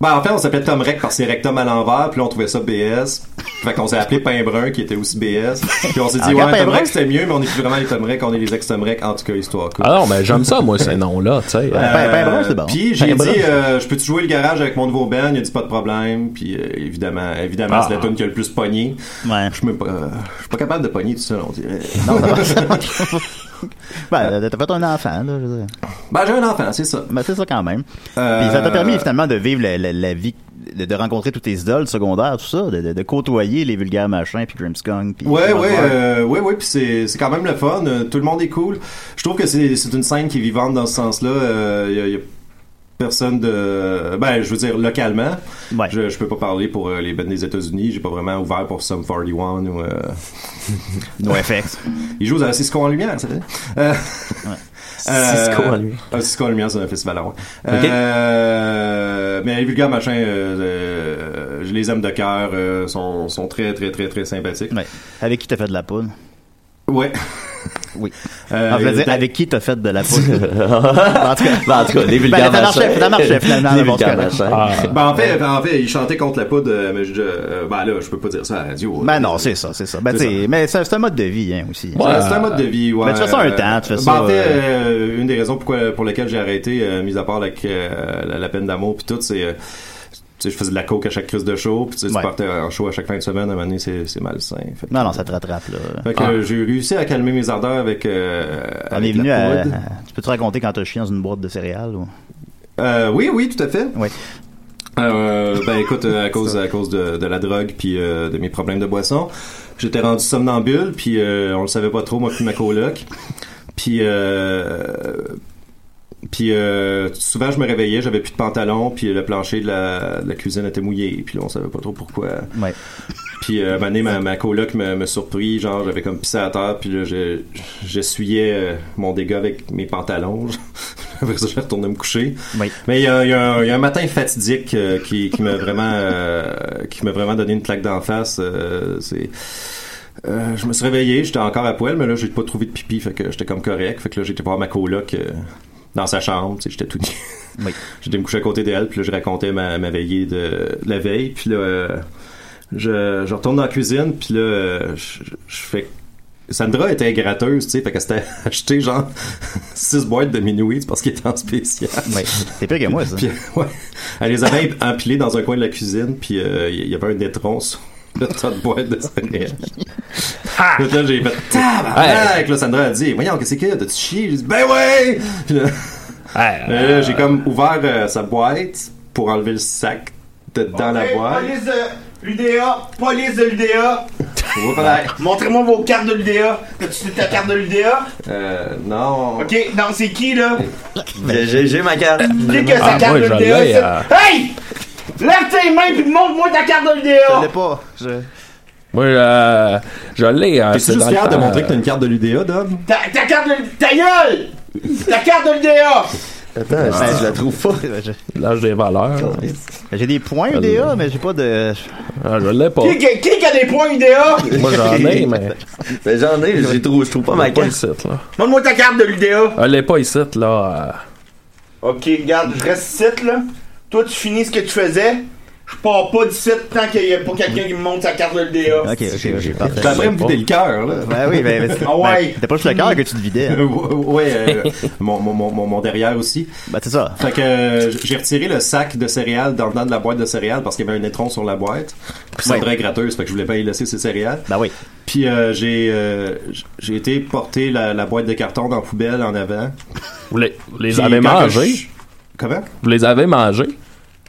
G: Ben, en fait, on s'appelait Tom Rec parce que c'est rectum à l'envers, puis là, on trouvait ça BS. Fait qu'on s'est appelé Pain Brun, qui était aussi BS. Puis on s'est dit,
E: Ah, regarde,
G: ouais,
E: Pain
G: Tom
E: Brun.
G: Rec, c'était mieux, mais on est plus vraiment les Tom Rec, on est les ex-Tom Rec, en tout cas, histoire cool.
E: Ah non, mais j'aime ça, moi, ces noms-là, tu
D: Ben,
E: sais.
G: Euh, Puis j'ai dit, euh, je peux-tu jouer le garage avec mon nouveau band? Il a dit pas de problème. Puis euh, évidemment, évidemment
E: Ah.
G: c'est la tune qui a le plus pogné.
D: ben.
G: Je suis même pas, euh, je suis pas capable de pogner tout seul, on dirait.
D: Non, ça va. Ben, t'as fait un enfant, là, je veux dire.
G: Ben, j'ai un enfant, c'est ça.
D: Ben, c'est ça quand même.
G: Euh,
D: Puis ça t'a permis finalement de vivre la, la- la vie, de, de rencontrer tous tes idoles secondaires, tout ça, de, de- de côtoyer les vulgaires machins, puis Grimmskong, puis...
G: Ouais, ouais, euh, ouais, ouais, puis c'est, c'est quand même le fun. Euh, Tout le monde est cool. Je trouve que c'est, c'est une scène qui est vivante dans ce sens-là. Euh, y a- y a personne de. Ben, je veux dire, localement. Je, je peux pas parler pour euh, les bandes des États-Unis. J'ai pas vraiment ouvert pour Sum 41 ou. Euh...
D: NoFX.
G: Ils jouent à la Cisco en lumière, ça fait. Euh...
F: Cisco en
G: lumière. Euh, Cisco en lumière, c'est un festival à Rouen. Euh, mais les vulgaires machins, euh, euh, je les aime de cœur, euh, sont, sont très, très, très, très sympathiques.
D: Avec qui t'as fait de la poudre?
G: Ouais.
D: Oui.
G: Euh,
D: Ah, je voulais dire,
G: t'as-
D: avec qui t'as fait de la poudre? en tout cas,
F: Ben, en tout cas, les vulgaires
D: ça marchait,
F: machins.
D: Ça marchait, finalement.
F: Les
D: bon, c'est
F: vulgaires
D: correct.
F: machins.
D: Ah.
G: Ben, en fait, ben, en fait, il chantait contre la poudre, euh, mais je, euh, ben là, je peux pas dire ça à la radio. euh,
D: Ben non, c'est ça, c'est ça. Ben,
G: C'est
D: t'sais, Mais c'est c'est un mode de vie hein, aussi.
G: Ouais, c'est un mode de vie, ouais.
D: Mais tu fais ça un temps, tu fais
G: Ben,
D: ça.
G: en fait,
D: euh,
G: euh, une des raisons pourquoi, pour lesquelles j'ai arrêté, euh, mis à part la, euh, la- la peine d'amour puis tout, c'est... euh, tu sais, je faisais de la coke à chaque crise de show, puis tu sais, tu partais en show à chaque fin de semaine, à un moment donné, c'est c'est malsain. Fait,
D: Non, non, ça te rattrape, là.
G: fait que euh, j'ai réussi à calmer mes ardeurs avec, euh,
D: Ah. On
G: avec
D: est venu
G: la
D: à.
G: poudre.
D: Tu peux te raconter quand t'as chié dans une boîte de céréales ou.
G: Euh, oui, oui, tout à fait.
D: Oui.
G: Euh, ben écoute, euh, à cause, à cause de, de la drogue puis euh, de mes problèmes de boisson, j'étais rendu somnambule puis euh, on le savait pas trop moi puis ma coloc. Puis euh, puis euh, souvent je me réveillais, j'avais plus de pantalon puis le plancher de la, de la cuisine était mouillé puis là on savait pas trop pourquoi.
D: Ouais.
G: Puis euh, à un moment donné, ma, ma coloc me, me surprit, genre j'avais comme pissé à terre, puis là je- j'essuyais euh, mon dégât avec mes pantalons. Après ça, je retourné me coucher. Mais il y, a- il y a un- il y a un matin fatidique euh, qui, qui m'a vraiment euh, qui m'a vraiment donné une claque d'en face. euh, c'est euh, je me suis réveillé, j'étais encore à poil, mais là j'ai pas trouvé de pipi, fait que j'étais comme correct. Fait que là j'étais voir ma coloc euh, dans sa chambre, tu sais, j'étais tout nu. J'étais me coucher à côté d'elle, puis là je racontais ma, ma veillée de, de la veille, puis là euh, je, je retourne dans la cuisine, puis là euh, je, je fais Sandra était gratteuse, tu sais, fait qu'elle s'était acheté genre 6 boîtes de minuit c'est parce qu'elle était en spécial.
D: Ouais. C'est pire que moi, ça.
G: Puis, ouais. Elle les avait empilées dans un coin de la cuisine, puis euh, il y avait un détron sur le tas de boîtes de céréales. Puis là, j'ai fait tabarnak! Là, Sandra a dit, voyons, qu'est-ce que c'est que, t'as-tu chié? J'ai dit, ben ouais! Puis là, Mais là, j'ai comme ouvert euh, sa boîte pour enlever le sac de dans la boîte.
C: de l'UDA, police de l'UDA.
G: Voilà.
C: Montrez-moi vos cartes de l'UDA. T'as-tu ta carte de l'UDA?
G: Euh, non.
C: Ok, non, c'est qui là?
F: J'ai- J'ai j'ai ma carte.
C: Dis que
E: ah,
C: sa carte de l'UDA.
E: euh,
C: c'est- Hey! Lève tes mains pis montre-moi ta carte de l'UDA!
D: pas. Je...
E: Moi, euh, je l'ai. hein,
G: T'es
E: c'est dans
G: juste
E: le
G: fier de
E: temps,
G: montrer que
E: euh,
G: t'as une carte de l'UDA, Dom?
C: Ta, ta carte de. Ta gueule! Ta carte de l'UDA!
D: Attends,
H: si je la
D: trouve pas.
E: euh, L'âge des valeurs.
D: J'ai des points UDA, mais j'ai pas de.
E: Ah, je l'ai pas.
L: Qui, qui- qui a des points UDA?
E: Moi, j'en ai, mais.
H: Mais j'en ai, je trouve, je trouve
E: pas ma carte. Ici, là.
L: Montre-moi ta carte de l'UDA.
E: Elle est pas ici, là. euh.
L: Ok, regarde, je reste ici, là. Toi, tu finis ce que tu faisais. Je pars pas d'ici tant qu'il y a pas quelqu'un qui me montre sa carte de l'UDA.
D: Ok, ok, ok, parfait.
G: T'as même vidé le cœur, là.
D: Ben oui, ben, ben,
G: Ah ouais.
D: ben, t'as pas juste le cœur que tu te vidais. hein.
G: ouais, euh, mon, mon, mon, mon- mon derrière aussi.
D: Ben, c'est ça.
G: Fait que euh, j'ai retiré le sac de céréales dans le dedans de la boîte de céréales parce qu'il y avait un étron sur la boîte. Puis c'est
D: Ouais.
G: très gratteuse, fait que je voulais pas y laisser ses céréales.
D: Ben oui.
G: Puis euh, j'ai euh, j- j'ai été porter la, la boîte de carton dans la poubelle en avant.
E: Vous les, vous les
G: Puis
E: avez
G: quand que
E: mangés?
G: je- Comment?
E: Vous les avez mangés?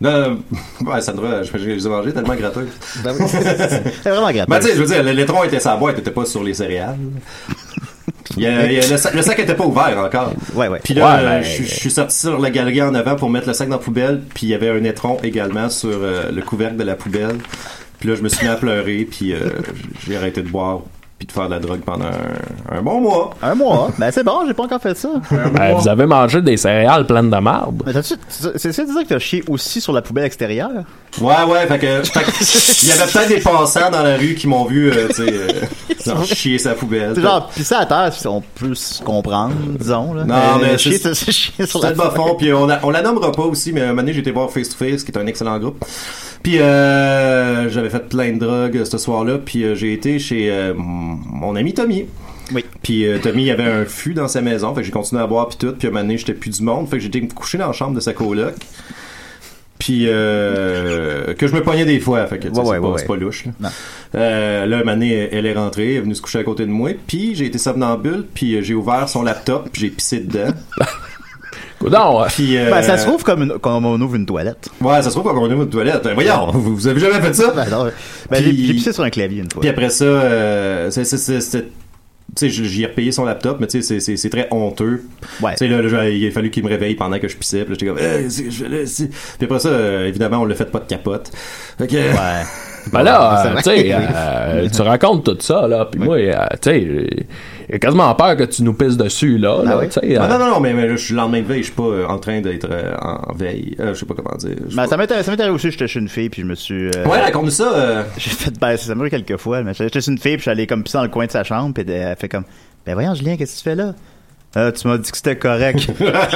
G: Non, non, ouais, ça devrait, je je les ai mangés tellement gratteux.
D: C'est vraiment grave.
G: Ben, tu sais, je veux dire, le laitron était sa boîte, était pas sur les céréales. Il y a- il y a- le, sac, le sac était pas ouvert encore.
D: Ouais, ouais.
G: Puis là,
D: Ouais,
G: euh,
D: ben,
G: je, je suis sorti sur la galerie en avant pour mettre le sac dans la poubelle, puis il y avait un étron également sur euh, le couvercle de la poubelle. Puis là, je me suis mis à pleurer, puis euh, j'ai arrêté de boire, puis de faire de la drogue pendant un, un bon mois.
D: Un mois? Ben, c'est bon, j'ai pas encore fait ça.
E: Ben, vous avez mangé des céréales pleines de marbre.
D: Mais t'as-tu- c'est c'est ça de dire que t'as chié aussi sur la poubelle extérieure?
G: Ouais, ouais, fait que. fait que il y avait peut-être des passants dans la rue qui m'ont vu, euh, tu sais, euh, genre, chier sa poubelle.
D: C'est genre, pis ça à terre, si on peut se comprendre, disons. Là. Euh,
G: Non, mais
D: chier,
G: c'est-
D: c'est chier sur
G: C'était
D: la
G: de bas
D: poubelle.
G: fond, puis on, la- on la nommera pas aussi, mais un moment donné, j'ai été voir Face to Face, qui est un excellent groupe. Puis euh, j'avais fait plein de drogues euh, ce soir-là, puis euh, j'ai été chez euh, m- mon ami Tommy.
D: Oui.
G: Puis euh, Tommy, il y avait un fût dans sa maison, fait que j'ai continué à boire, puis tout, puis un moment donné, j'étais plus du monde, fait que j'étais couché dans la chambre de sa coloc. Puis euh, que je me pognais des fois, fait que tu sais,
D: Ouais,
G: c'est
D: ouais,
G: pas,
D: ouais,
G: c'est
D: ouais.
G: pas louche. Là, Euh, là un moment donné, elle est rentrée, elle est venue se coucher à côté de moi, puis j'ai été somnambule, puis euh, j'ai ouvert son laptop, puis j'ai pissé dedans.
E: Non,
G: Puis, euh,
D: Ben, ça se trouve comme une- quand on ouvre une toilette.
G: Ouais, ça se trouve pas qu'on ouvre une toilette. Ben, Voyons, vous, vous avez jamais fait ça?
D: Ben, non. Ben, j'ai-
G: Puis-
D: j'ai pissé sur un clavier une fois.
G: Puis après ça, euh, c'est- c'est- c'est- c'était- tu sais, j'y ai repayé son laptop, mais tu sais, c'est- c'est- c'est très honteux. Tu sais, là, là, j'ai- il a fallu qu'il me réveille pendant que je pissais. Puis là, j'étais comme, Eh, c'est- je- là, c'est- Puis après ça, euh, évidemment, on l'a fait pas de capote. Fait que-
E: Ben là,
G: Ouais,
E: euh, tu
G: c'est
E: sais,
G: vrai.
E: euh, tu racontes tout ça, là, puis moi, euh, tu sais, j'ai- j'ai quasiment peur que tu nous pisses dessus, là,
F: Ben
E: là, tu sais.
G: Ah,
E: euh,
G: non, non, non, mais, mais je suis le lendemain de veille, je suis pas euh, en train d'être euh, en veille. Euh, je sais pas comment dire. Je sais
D: Ben,
G: pas.
D: ça m'est ça m'est arrivé aussi, j'étais chez une fille, puis je me suis. euh,
G: Ouais, raconte-nous ça. euh.
D: J'ai fait, ben, ça m'a eu quelques fois, mais j'étais chez une fille, puis j'allais comme pisser dans le coin de sa chambre, puis elle fait comme, ben voyons, Julien, qu'est-ce que tu fais là? Euh, tu m'as dit que c'était correct.
E: Ben,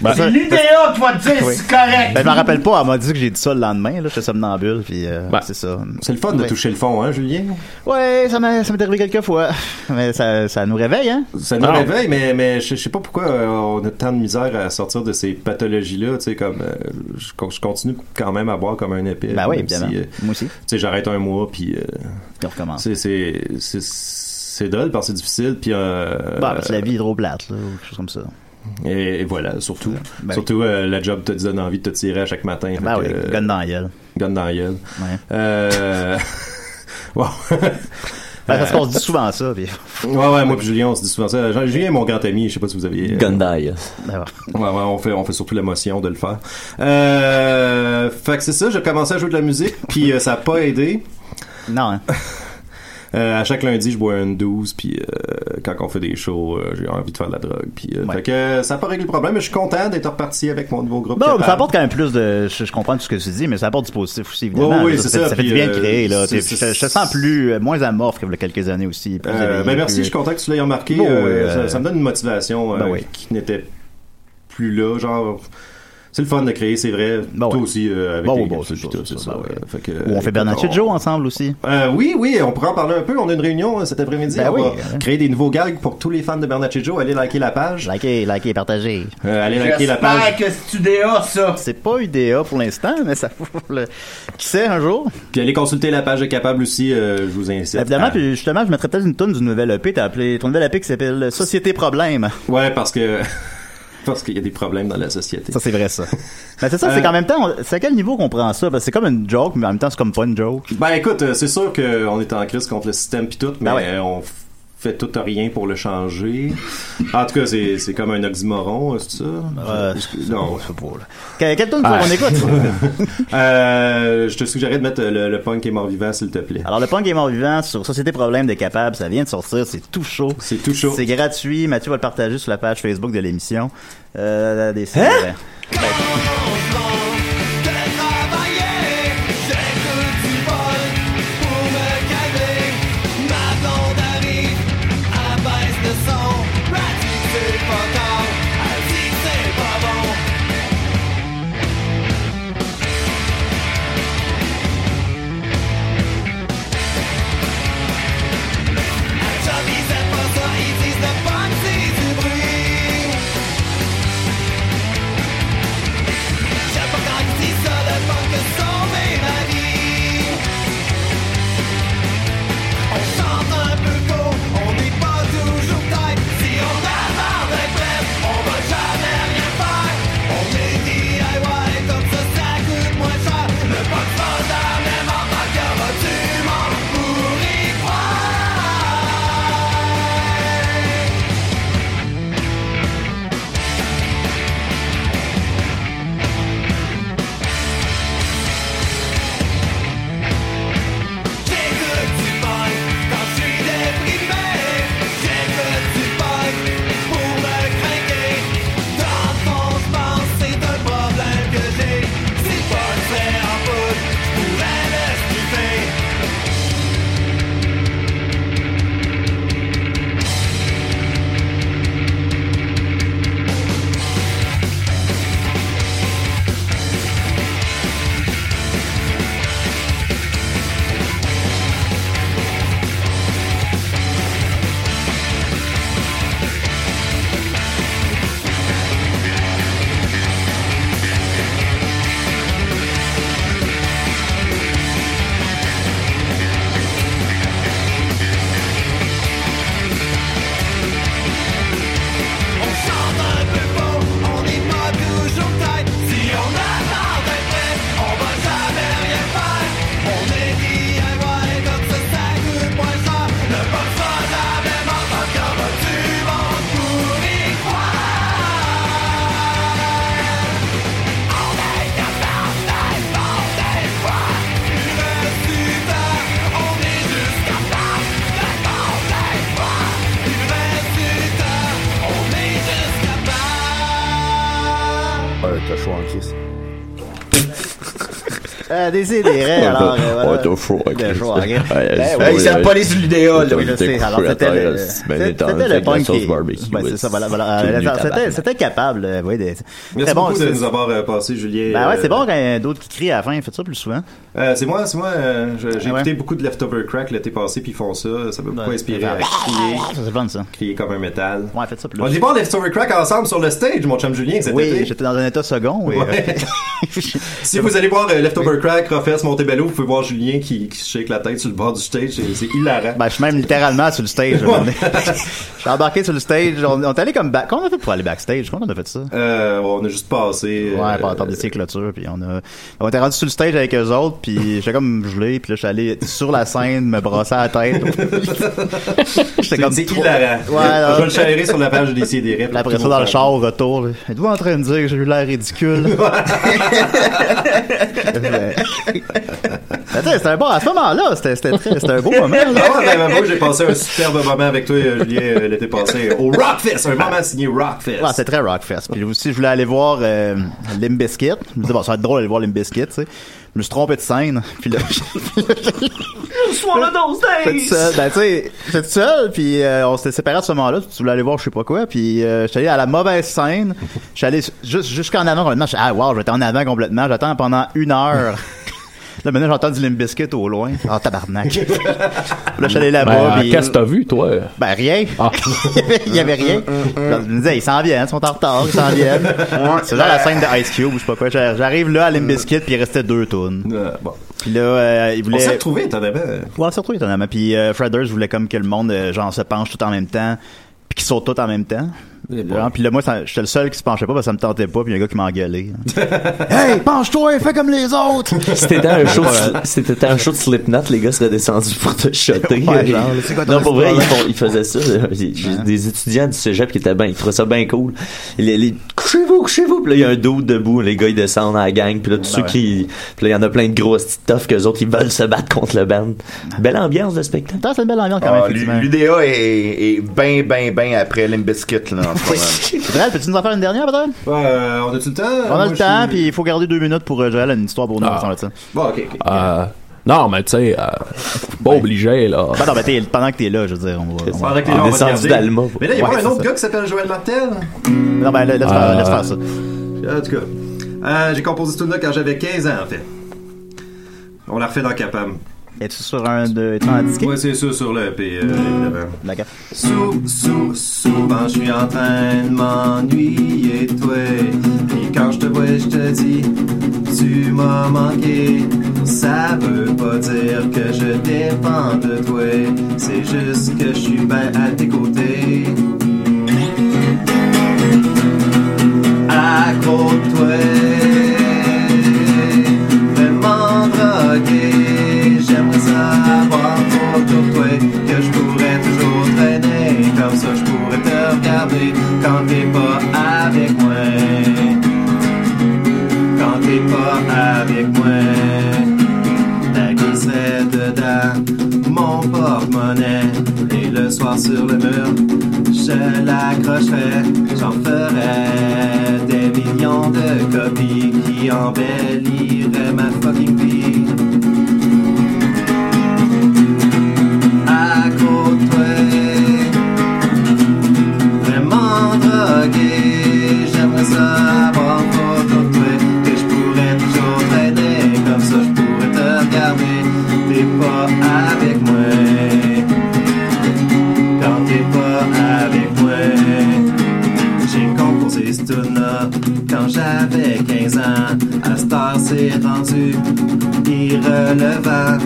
L: C'est
D: Ça-
L: l'UDA qui va te dire
D: Oui.
L: si c'est correct.
D: Ben, je m'en rappelle pas, elle m'a dit que j'ai dit ça le lendemain, là, j'étais somnambule, puis euh,
E: Ben.
D: c'est ça.
G: C'est le fun de
D: Ouais.
G: toucher le fond, hein, Julien?
D: Ouais, ça m'est ça m'est arrivé quelques fois. Mais ça, ça nous réveille, hein?
G: Ça nous réveille, mais, mais je, je sais pas pourquoi euh, on a tant de misère à sortir de ces pathologies-là. Tu sais, comme euh, je, con- je continue quand même à boire comme un épée.
D: Ben oui, évidemment.
E: euh,
D: Ah. Moi aussi.
G: euh, Tu sais, j'arrête un mois, puis. euh,
D: recommence.
G: C'est c'est c'est c'est dole parce que c'est difficile, puis. euh,
D: Bah, parce que la vie est trop plate, là, ou quelque chose comme ça.
G: et, et voilà, surtout.
D: Ben
G: surtout, euh, la job te donne envie de te tirer à chaque matin.
D: Ben
G: Fait
D: oui,
G: que, euh,
D: gun dans la gueule.
G: Gun dans la gueule.
D: Ouais.
G: Euh, wow.
D: Ben, parce qu'on se dit souvent ça, puis.
G: Ouais, ouais, moi puis Julien, on se dit souvent ça. Jean- Julien est mon grand ami, je sais pas si vous aviez. euh,
F: Gundai.
G: Ouais, ouais, on fait, on fait surtout l'émotion de le faire. Euh, fait que c'est ça, j'ai commencé à jouer de la musique, puis euh, ça a pas aidé.
D: Non, hein.
G: Euh, à chaque lundi, je bois une 12, puis euh, quand on fait des shows, euh, j'ai envie de faire de la drogue. Puis, euh, Fait que euh, ça a pas réglé le problème, mais je suis content d'être reparti avec mon nouveau groupe.
D: Non, mais ça
G: Capable.
D: apporte quand même plus de. Je, je comprends tout ce que tu dis, mais ça apporte du positif aussi, évidemment.
G: Oui, oui,
D: Ça,
G: c'est
D: fait-
G: ça,
D: Ça fait
G: puis,
D: du bien
G: euh,
D: créé, là.
G: c'est-
D: Puis Je
G: c'est-
D: te je te sens plus, euh, moins amorphe qu'il y a quelques années aussi. plus
G: Euh,
D: éveillé,
G: ben merci, je
D: plus-
G: suis content que tu l'aies remarqué.
D: Bon,
G: Euh,
D: ouais,
G: ça,
D: euh,
G: ça me donne une motivation euh,
D: Ben oui.
G: qui n'était plus là. Genre, c'est le fun de créer, c'est vrai. Toi aussi, euh, avec
D: Bon,
G: les
D: Ben ouais, bon,
G: capsules,
D: c'est ben
G: tout ça, c'est ça, ouais. Fait que,
D: Ou on fait
G: écoute,
D: Bernadette
G: on-
D: Joe ensemble aussi.
G: Euh, oui, oui, on pourra en parler un peu. On a une réunion euh, cet après-midi.
D: Ben
G: on
D: oui,
G: va
D: hein.
G: créer des nouveaux gags pour tous les fans de Bernard Joe. Allez liker la page.
D: Likez, likez, partagez.
G: Euh, allez liker la
L: J'espère
G: page.
L: que c'est UDA, ça.
D: C'est pas UDA pour l'instant, mais ça. le- Qui sait, un jour?
G: Puis allez consulter la page de Capable aussi, euh, je vous incite.
D: Évidemment,
G: à-
D: puis justement, je mettrais peut-être une tonne du nouvel EP. T'as appelé ton nouvel EP qui s'appelle Société Problème.
G: Ouais, parce que. parce qu'il y a des problèmes dans la société. Ça,
D: c'est vrai, ça. Mais c'est ça,
G: Euh,
D: c'est qu'en même temps, on- c'est à quel niveau qu'on prend ça? Parce que c'est comme une joke, mais en même temps, c'est comme pas une joke.
G: Ben écoute, euh, c'est sûr qu'on est en crise contre le système pis tout, mais
D: Ben ouais.
G: euh, on f- fait tout à rien pour le changer. En tout cas, c'est c'est comme un oxymoron, euh, c'est ça? Je- non.
D: Quelle quelle tune
G: Ah.
D: on écoute?
G: Euh, je te suggérais de mettre le, le punk est mort vivant, s'il te plaît.
D: Alors, le punk est mort vivant sur Société Problème de Capable, ça vient de sortir, c'est tout chaud.
G: C'est tout chaud.
D: C'est gratuit. Mathieu va le partager sur la page Facebook de l'émission. Euh, des
C: Hein?
D: Ouais.
F: Ben,
H: Ouais, t'as chaud en crise.
D: Euh, Désidéré, alors. euh, voilà.
H: Ouais, t'as chaud en crise.
D: chaud en crise. Ben
H: c'est
D: ouais,
H: vrai,
D: ils savent pas les
H: j'ai-
D: l'idéal,
H: j'ai
D: oui, je
H: été
D: sais.
H: couché
D: Alors,
H: à
D: c'était
H: terre,
D: le-
H: euh, ben,
D: c'était-
H: dans-
D: c'était le
H: avec de la
D: punk
H: sauce
D: qui-
H: barbecue,
D: Ouais,
H: ouais,
D: c'est ça, voilà, voilà.
H: c'est
D: Euh,
H: devenu
D: ça-
H: tabarnak.
D: c'était- C'était capable, euh, oui. des-
G: Merci
D: Très bon,
G: beaucoup
D: ça.
G: de nous avoir euh, passé, Julien.
D: Ben ouais,
G: Euh,
D: c'est bon quand il y a d'autres qui crient à la fin, faites ça plus souvent.
G: Euh, c'est moi, c'est moi. euh, je- J'ai
D: Ah ouais.
G: écouté beaucoup de Leftover Crack l'été passé, puis ils font ça. Ça m'a beaucoup
D: Ouais.
G: inspiré à
D: Ouais.
G: crier.
D: C'est bon, ça.
G: Crier comme un métal.
D: Ouais, faites ça plus.
G: On dit bon Leftover Crack ensemble sur le stage, mon chum Julien, cet
D: Oui,
G: été.
D: j'étais dans un état second. oui.
G: Ouais. si vous allez voir euh, Leftover Crack, Rofess, Montebello, vous pouvez voir Julien qui, qui shake la tête sur le bord du stage. C'est c'est hilarant.
D: Ben, je suis même littéralement sur le stage. Je suis embarqué sur le stage. On, on est allé comme back. Comment on a fait pour aller backstage? Comment on a fait ça?
G: Euh, on a juste passé. euh,
D: Ouais, pour attendre des clôtures, puis on a... On était rendu sur le stage avec eux autres, puis j'étais comme gelé, puis là, je suis allé sur la scène me brosser la tête.
G: C'est
D: j'étais comme... trop-
G: hilarant.
D: Ouais,
G: je vais le chérir sur la page des CDR.
D: Puis après ça, dans le char, au retour, là, êtes-vous en train de dire que j'ai eu l'air ridicule? Ben, ben, tu sais, c'était un bon... À ce moment-là, c'était c'était très- c'était un beau moment. là.
G: Ah ouais, ben, ben, moi, j'ai passé un superbe moment avec toi, euh, Julien, euh, l'été passé, au Rockfest, un moment signé Rockfest.
D: Ouais, Ah, c'est très Rockfest. Puis aussi, je voulais aller voir euh, Limbiskit. Je me disais, bon, ça va être drôle d'aller voir Limbiskit, tu sais. Je me suis trompé de scène. Puis là,
C: Swallow those
D: J'étais tout
C: days!
D: seul, ben tu sais, j'étais tout seul, puis euh, on s'était séparés à ce moment-là, tu voulais aller voir je sais pas quoi, puis euh, j'étais allé à la mauvaise scène, j'étais allé su- juste jusqu'en avant complètement, j'étais, ah wow, j'étais en avant complètement, j'attends pendant une heure. Là, maintenant, j'entends du Limbiskit au loin. Ah, tabarnak. là, je suis allé là-bas.
E: Ben,
D: puis-
E: Qu'est-ce que t'as vu, toi?
D: Ben, rien. Il y avait rien. Je me disais, ils s'en viennent, ils sont en retard, ils s'en viennent. C'est genre la scène de Ice Cube, ou je sais pas quoi. J'ar- J'arrive là à Limbiskit, puis il restait deux tonnes. Puis là, euh, ils voulaient.
G: On s'est retrouvés, étonnamment.
D: Ouais, on s'est retrouvés, euh, étonnamment. Puis euh, Fredders voulait comme que le monde, euh, genre, se penche tout en même temps, puis qu'ils sautent tout en même temps. Genre, puis là, moi, ça- j'étais le seul qui se penchait pas parce que ça me tentait pas, puis il y a un gars qui m'a engueulé. hey, penche-toi, fais comme les autres!
F: C'était un show, de- c'était un show de Slipknot, les gars seraient descendus pour te shotter.
D: Ouais, genre, c'est quoi ton
F: non, pour vrai, ils,
D: histoire?
F: font- ils faisaient ça. J'ai j'ai des étudiants du cégep qui étaient bien, ils trouvaient ça bien cool. Les, les- couchez-vous, couchez-vous. Puis là, il y a un dos debout, les gars, ils descendent à la gang. Puis là, tous
D: Ben
F: ceux qui. Puis là, il y en a plein de grosses petites toughs qu'eux autres, ils veulent se battre contre le band. Belle ambiance de spectacle.
D: c'est une belle ambiance quand
F: Ah,
D: même,
F: lui-
D: effectivement.
L: L'UDA est, est ben, ben, ben après Limbiskit, là, en ce moment.
D: Joël, peux-tu nous en faire une dernière, peut-être?
C: euh, on a-tu le temps?
D: On a le temps, puis il faut garder deux minutes pour euh, Joël a une histoire pour nous.
E: Ah.
D: ensemble, ça.
C: Bon, ok,
M: Ah,
C: ok.
E: Euh, non, mais tu sais, euh, pas obligé, là.
D: Ben non, ben t'es- pendant que t'es là, je veux dire, on va. on va-
C: Avec les noms, on va regarder. Mais là, il y a pas un autre gars qui s'appelle Joël Martel?
D: Non, ben laisse, faire, laisse faire ça.
C: En tout cas, euh, j'ai composé ce tune-là quand j'avais 15 ans, en fait. On l'a refait dans Capam.
D: Es-tu sur un de. Es-tu en disque?
C: Ouais, c'est ça, sur le EP, euh, évidemment.
D: D'accord.
C: Sou, sou, souvent, ben, je suis en train de m'ennuyer, toi. Puis quand je te vois, je te dis, tu m'as manqué. Ça veut pas dire que je dépends de toi. C'est juste que je suis bien à tes côtés. À côté, me mandraguer. J'aimerais savoir autour toi que je pourrais toujours traîner. Comme ça, je pourrais te regarder quand t'es pas avec moi. Quand t'es pas avec moi. La glisse est dedans, mon porte-monnaie. Et le soir sur le mur, je l'accrocherai. J'en ferai des millions de copies qui embelliraient ma fucking vie. À côtoyer, vraiment drogué. J'aimerais savoir photo de toi que je pourrais toujours traîner. Comme ça, je pourrais te regarder. T'es pas avec moi. Quand t'es pas avec moi. J'ai composé ce tune-là quand j'avais 15 ans. À cette heure, c'est rendu irrelevant.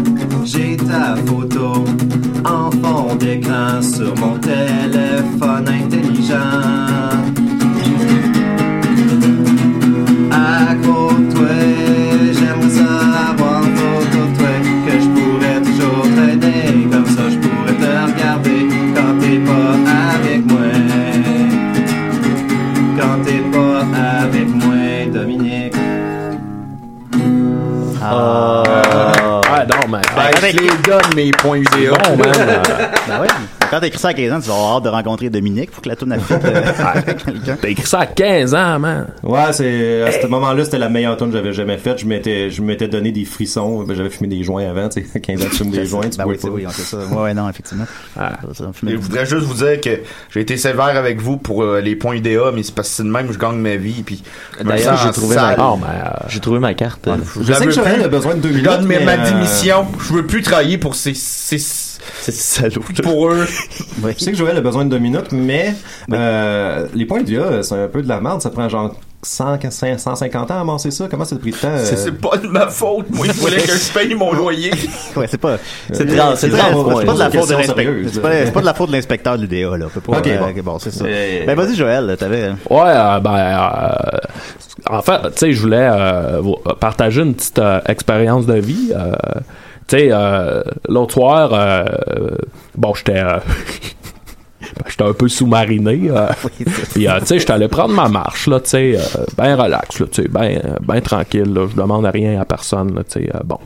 C: J'ai ta photo en fond d'écran sur mon téléphone intelligent. À côté, j'aimerais savoir photo de toi que je pourrais toujours traîner. Comme ça, je pourrais te regarder quand t'es pas avec moi quand t'es pas avec moi, Dominique.
D: Ah.
E: Ah, non, mais.
D: je les
L: donne, mes points UDA.
E: Bon, man.
D: ben oui. Quand t'as écrit ça à 15 ans, tu vas avoir hâte de rencontrer Dominique pour que la tourne à euh, quelqu'un.
E: T'as écrit ça à 15 ans, man.
C: Ouais, c'est à ce moment-là, c'était la meilleure tune que j'avais jamais faite. Je m'étais je m'étais donné des frissons, Ben, j'avais fumé des joints avant, tu sais, 15 ans tu fumes des joints, tu
D: Ben
C: bois
D: oui, c'est oui, on
C: pas.
D: fait ça. Ouais, ouais, non, effectivement.
L: Et Je voudrais juste vous dire que j'ai été sévère avec vous pour euh, les points IDA, mais c'est parce que c'est de même que je gagne ma vie. Puis je me
F: D'ailleurs,
L: sens
F: j'ai trouvé,
L: sale.
E: Ah,
F: ma...
E: euh,
F: j'ai trouvé ma carte.
L: Je la veux plus. Je donne mes-
C: euh,
G: euh,
L: ma démission. Je veux plus travailler pour ces, ces,
F: salauds.
L: Pour eux.
C: Je sais que Joël a besoin de deux minutes, mais euh, les points du A, c'est un peu de la merde. Ça prend genre 100, 100, 150 ans à amasser ça. Comment ça a pris de temps? euh?
L: C'est- C'est pas de ma faute. Moi, il fallait que je paye mon loyer.
D: Ouais, c'est pas.
L: C'est trans- c'est
D: pas-
L: trans-
D: c'est pas de la
L: c'est une
D: faute de
L: question
D: l'inspecteur.
L: sérieuse.
D: C'est pas, c'est pas de la faute de l'inspecteur de l'UDA, là. Faut pas-
E: Ok,
D: euh,
E: bon.
D: bon, c'est ça.
E: Euh,
D: Ben vas-y, Joël, t'avais.
E: Ouais, euh, ben, euh, en fait, tu sais, je voulais euh, vous- partager une petite euh, expérience de vie. euh, tu sais, euh, l'autre soir, euh, bon, j'étais. euh, ben, J'étais un peu sous-mariné. euh, Puis, euh, tu sais, j'étais allé prendre ma marche, là, tu sais, euh, ben relax, là, tu sais, ben, euh, ben tranquille, là. Je demande rien à personne, là, tu sais, euh, bon.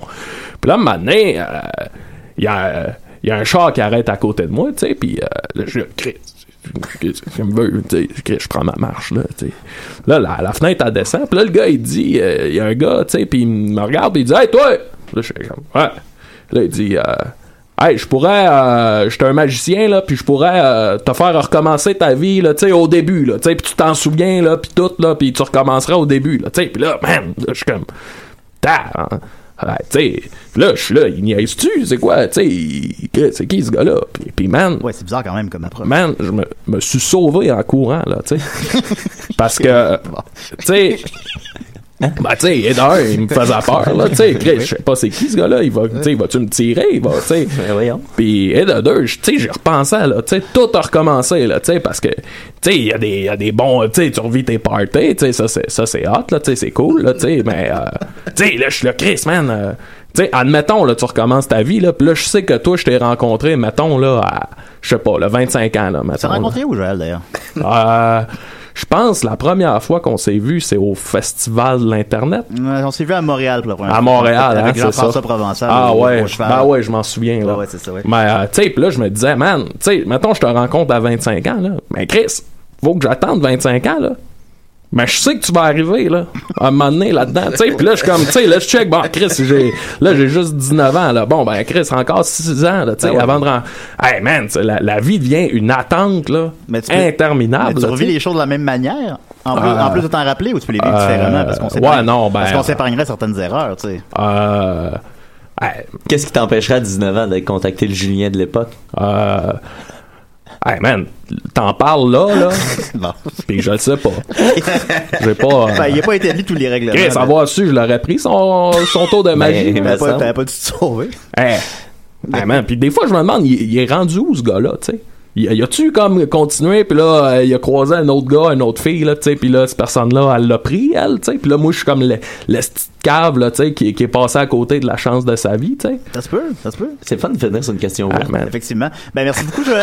E: Puis là, un moment donné, euh, il y a, euh, il y a un char qui arrête à côté de moi, tu sais, puis euh, là, je dis, Christ, qu'est-ce qu'il me veut, tu sais, Christ, je prends ma marche, là, tu sais. Là, la, la fenêtre, elle descend, puis là, le gars, il dit, euh, il y a un gars, tu sais, puis il me regarde, puis il dit, hey, toi! Là, je suis comme, ouais. Là, il dit, euh, hey, je pourrais, euh, j'étais un magicien, là, puis je pourrais euh, te faire recommencer ta vie, là, tu sais, au début, là, tu sais, puis tu t'en souviens, là, puis tout, là, puis tu recommenceras au début, là, tu sais, puis là, man, là, je suis comme, ta, hein. Ouais, tu sais, là, je suis là, il niaise-tu, c'est quoi, tu sais, il- que- c'est qui ce gars-là? Puis, puis man.
D: Ouais, c'est bizarre quand même comme approche.
E: Man, je me, me suis sauvé en courant, là, tu sais. Parce que, tu sais, Ben, tu sais, Eder, il me faisait peur, là. Tu sais, Chris, je sais pas c'est qui ce gars-là. Il va, tu sais, va-tu me tirer? Il va, tu sais. Puis, Eder, tu sais, j'ai repensé, là. Tu sais, tout a recommencé, là. Tu sais, parce que, tu sais, il y, a des- il y a des bons. Tu sais, tu revis tes parties, tu sais, ça, c'est ça, c'est hot, là. Tu sais, c'est cool, là. Tu sais, mais, euh, tu sais, là, je suis le Chris, man. euh, tu sais, admettons, là, tu recommences ta vie, là. Puis là, je sais que toi, je t'ai rencontré, mettons, là, à, je sais pas, là, 25 ans, là. Tu t'es
D: rencontré où, Joël, d'ailleurs?
E: Euh, je pense la première fois qu'on s'est vu, c'est au festival de l'Internet.
D: Ouais, Euh, on s'est vu à Montréal pour la première
E: À
D: fois.
E: Montréal, hein,
D: Avec
E: c'est ça.
D: Jean-François Provençal.
E: Ah
D: au- au
E: ouais,
D: cheval. Ah
E: ben ouais, je m'en souviens là.
D: Ouais, ouais, c'est ça, ouais.
E: Mais euh, tu sais, puis là je me disais man, tu sais, mettons je te rencontre à 25 ans là. Mais Chris, faut que j'attende 25 ans là. Mais je sais que tu vas arriver là, à un moment donné là-dedans, tu sais. Puis là je suis comme tu sais, là je check bon Chris, j'ai là j'ai juste 19 ans là. Bon ben Chris encore 6 ans là, tu sais,
D: Ah ouais.
E: avant de ren- Hey man, tu sais, la, la vie devient une attente là
D: tu peux-
E: interminable.
D: Mais tu
E: là,
D: revis
E: tu sais.
D: les choses de la même manière. En plus,
E: Ah.
D: en plus de t'en rappeler ou tu peux les vivre
E: Euh,
D: différemment parce qu'on
E: ouais,
D: s'épargne-
E: non, ben,
D: parce qu'on
E: euh, Ah.
D: s'épargnerait certaines erreurs, tu sais.
F: Qu'est-ce qui t'empêcherait à 19 ans de contacter le Julien de l'époque?
E: Euh... Hey man, t'en parles là, là. Puis je le sais pas. J'ai pas. euh,
D: Ben, il n'a pas établi tous les règlements.
E: Chris,
D: mais-
E: avoir su, je l'aurais pris son, son tour de magie.
D: Ben, t'avais pas- T'avais pas dû te sauver.
E: Hey. Hey, man, puis des fois, je me demande, il, il est rendu où ce gars-là, tu sais? Y a- Y a-tu comme continué, puis là, euh, il a croisé un autre gars, une autre fille, là, tu sais, puis là, cette personne-là, elle l'a pris, elle, tu sais, puis là, moi, je suis comme le, le petit cave, là, tu sais, qui, qui est passé à côté de la chance de sa vie, tu sais.
D: Ça se peut, ça se peut.
F: C'est fun de finir sur une question.
E: Ah, man.
D: Effectivement. Ben, merci beaucoup, Joël.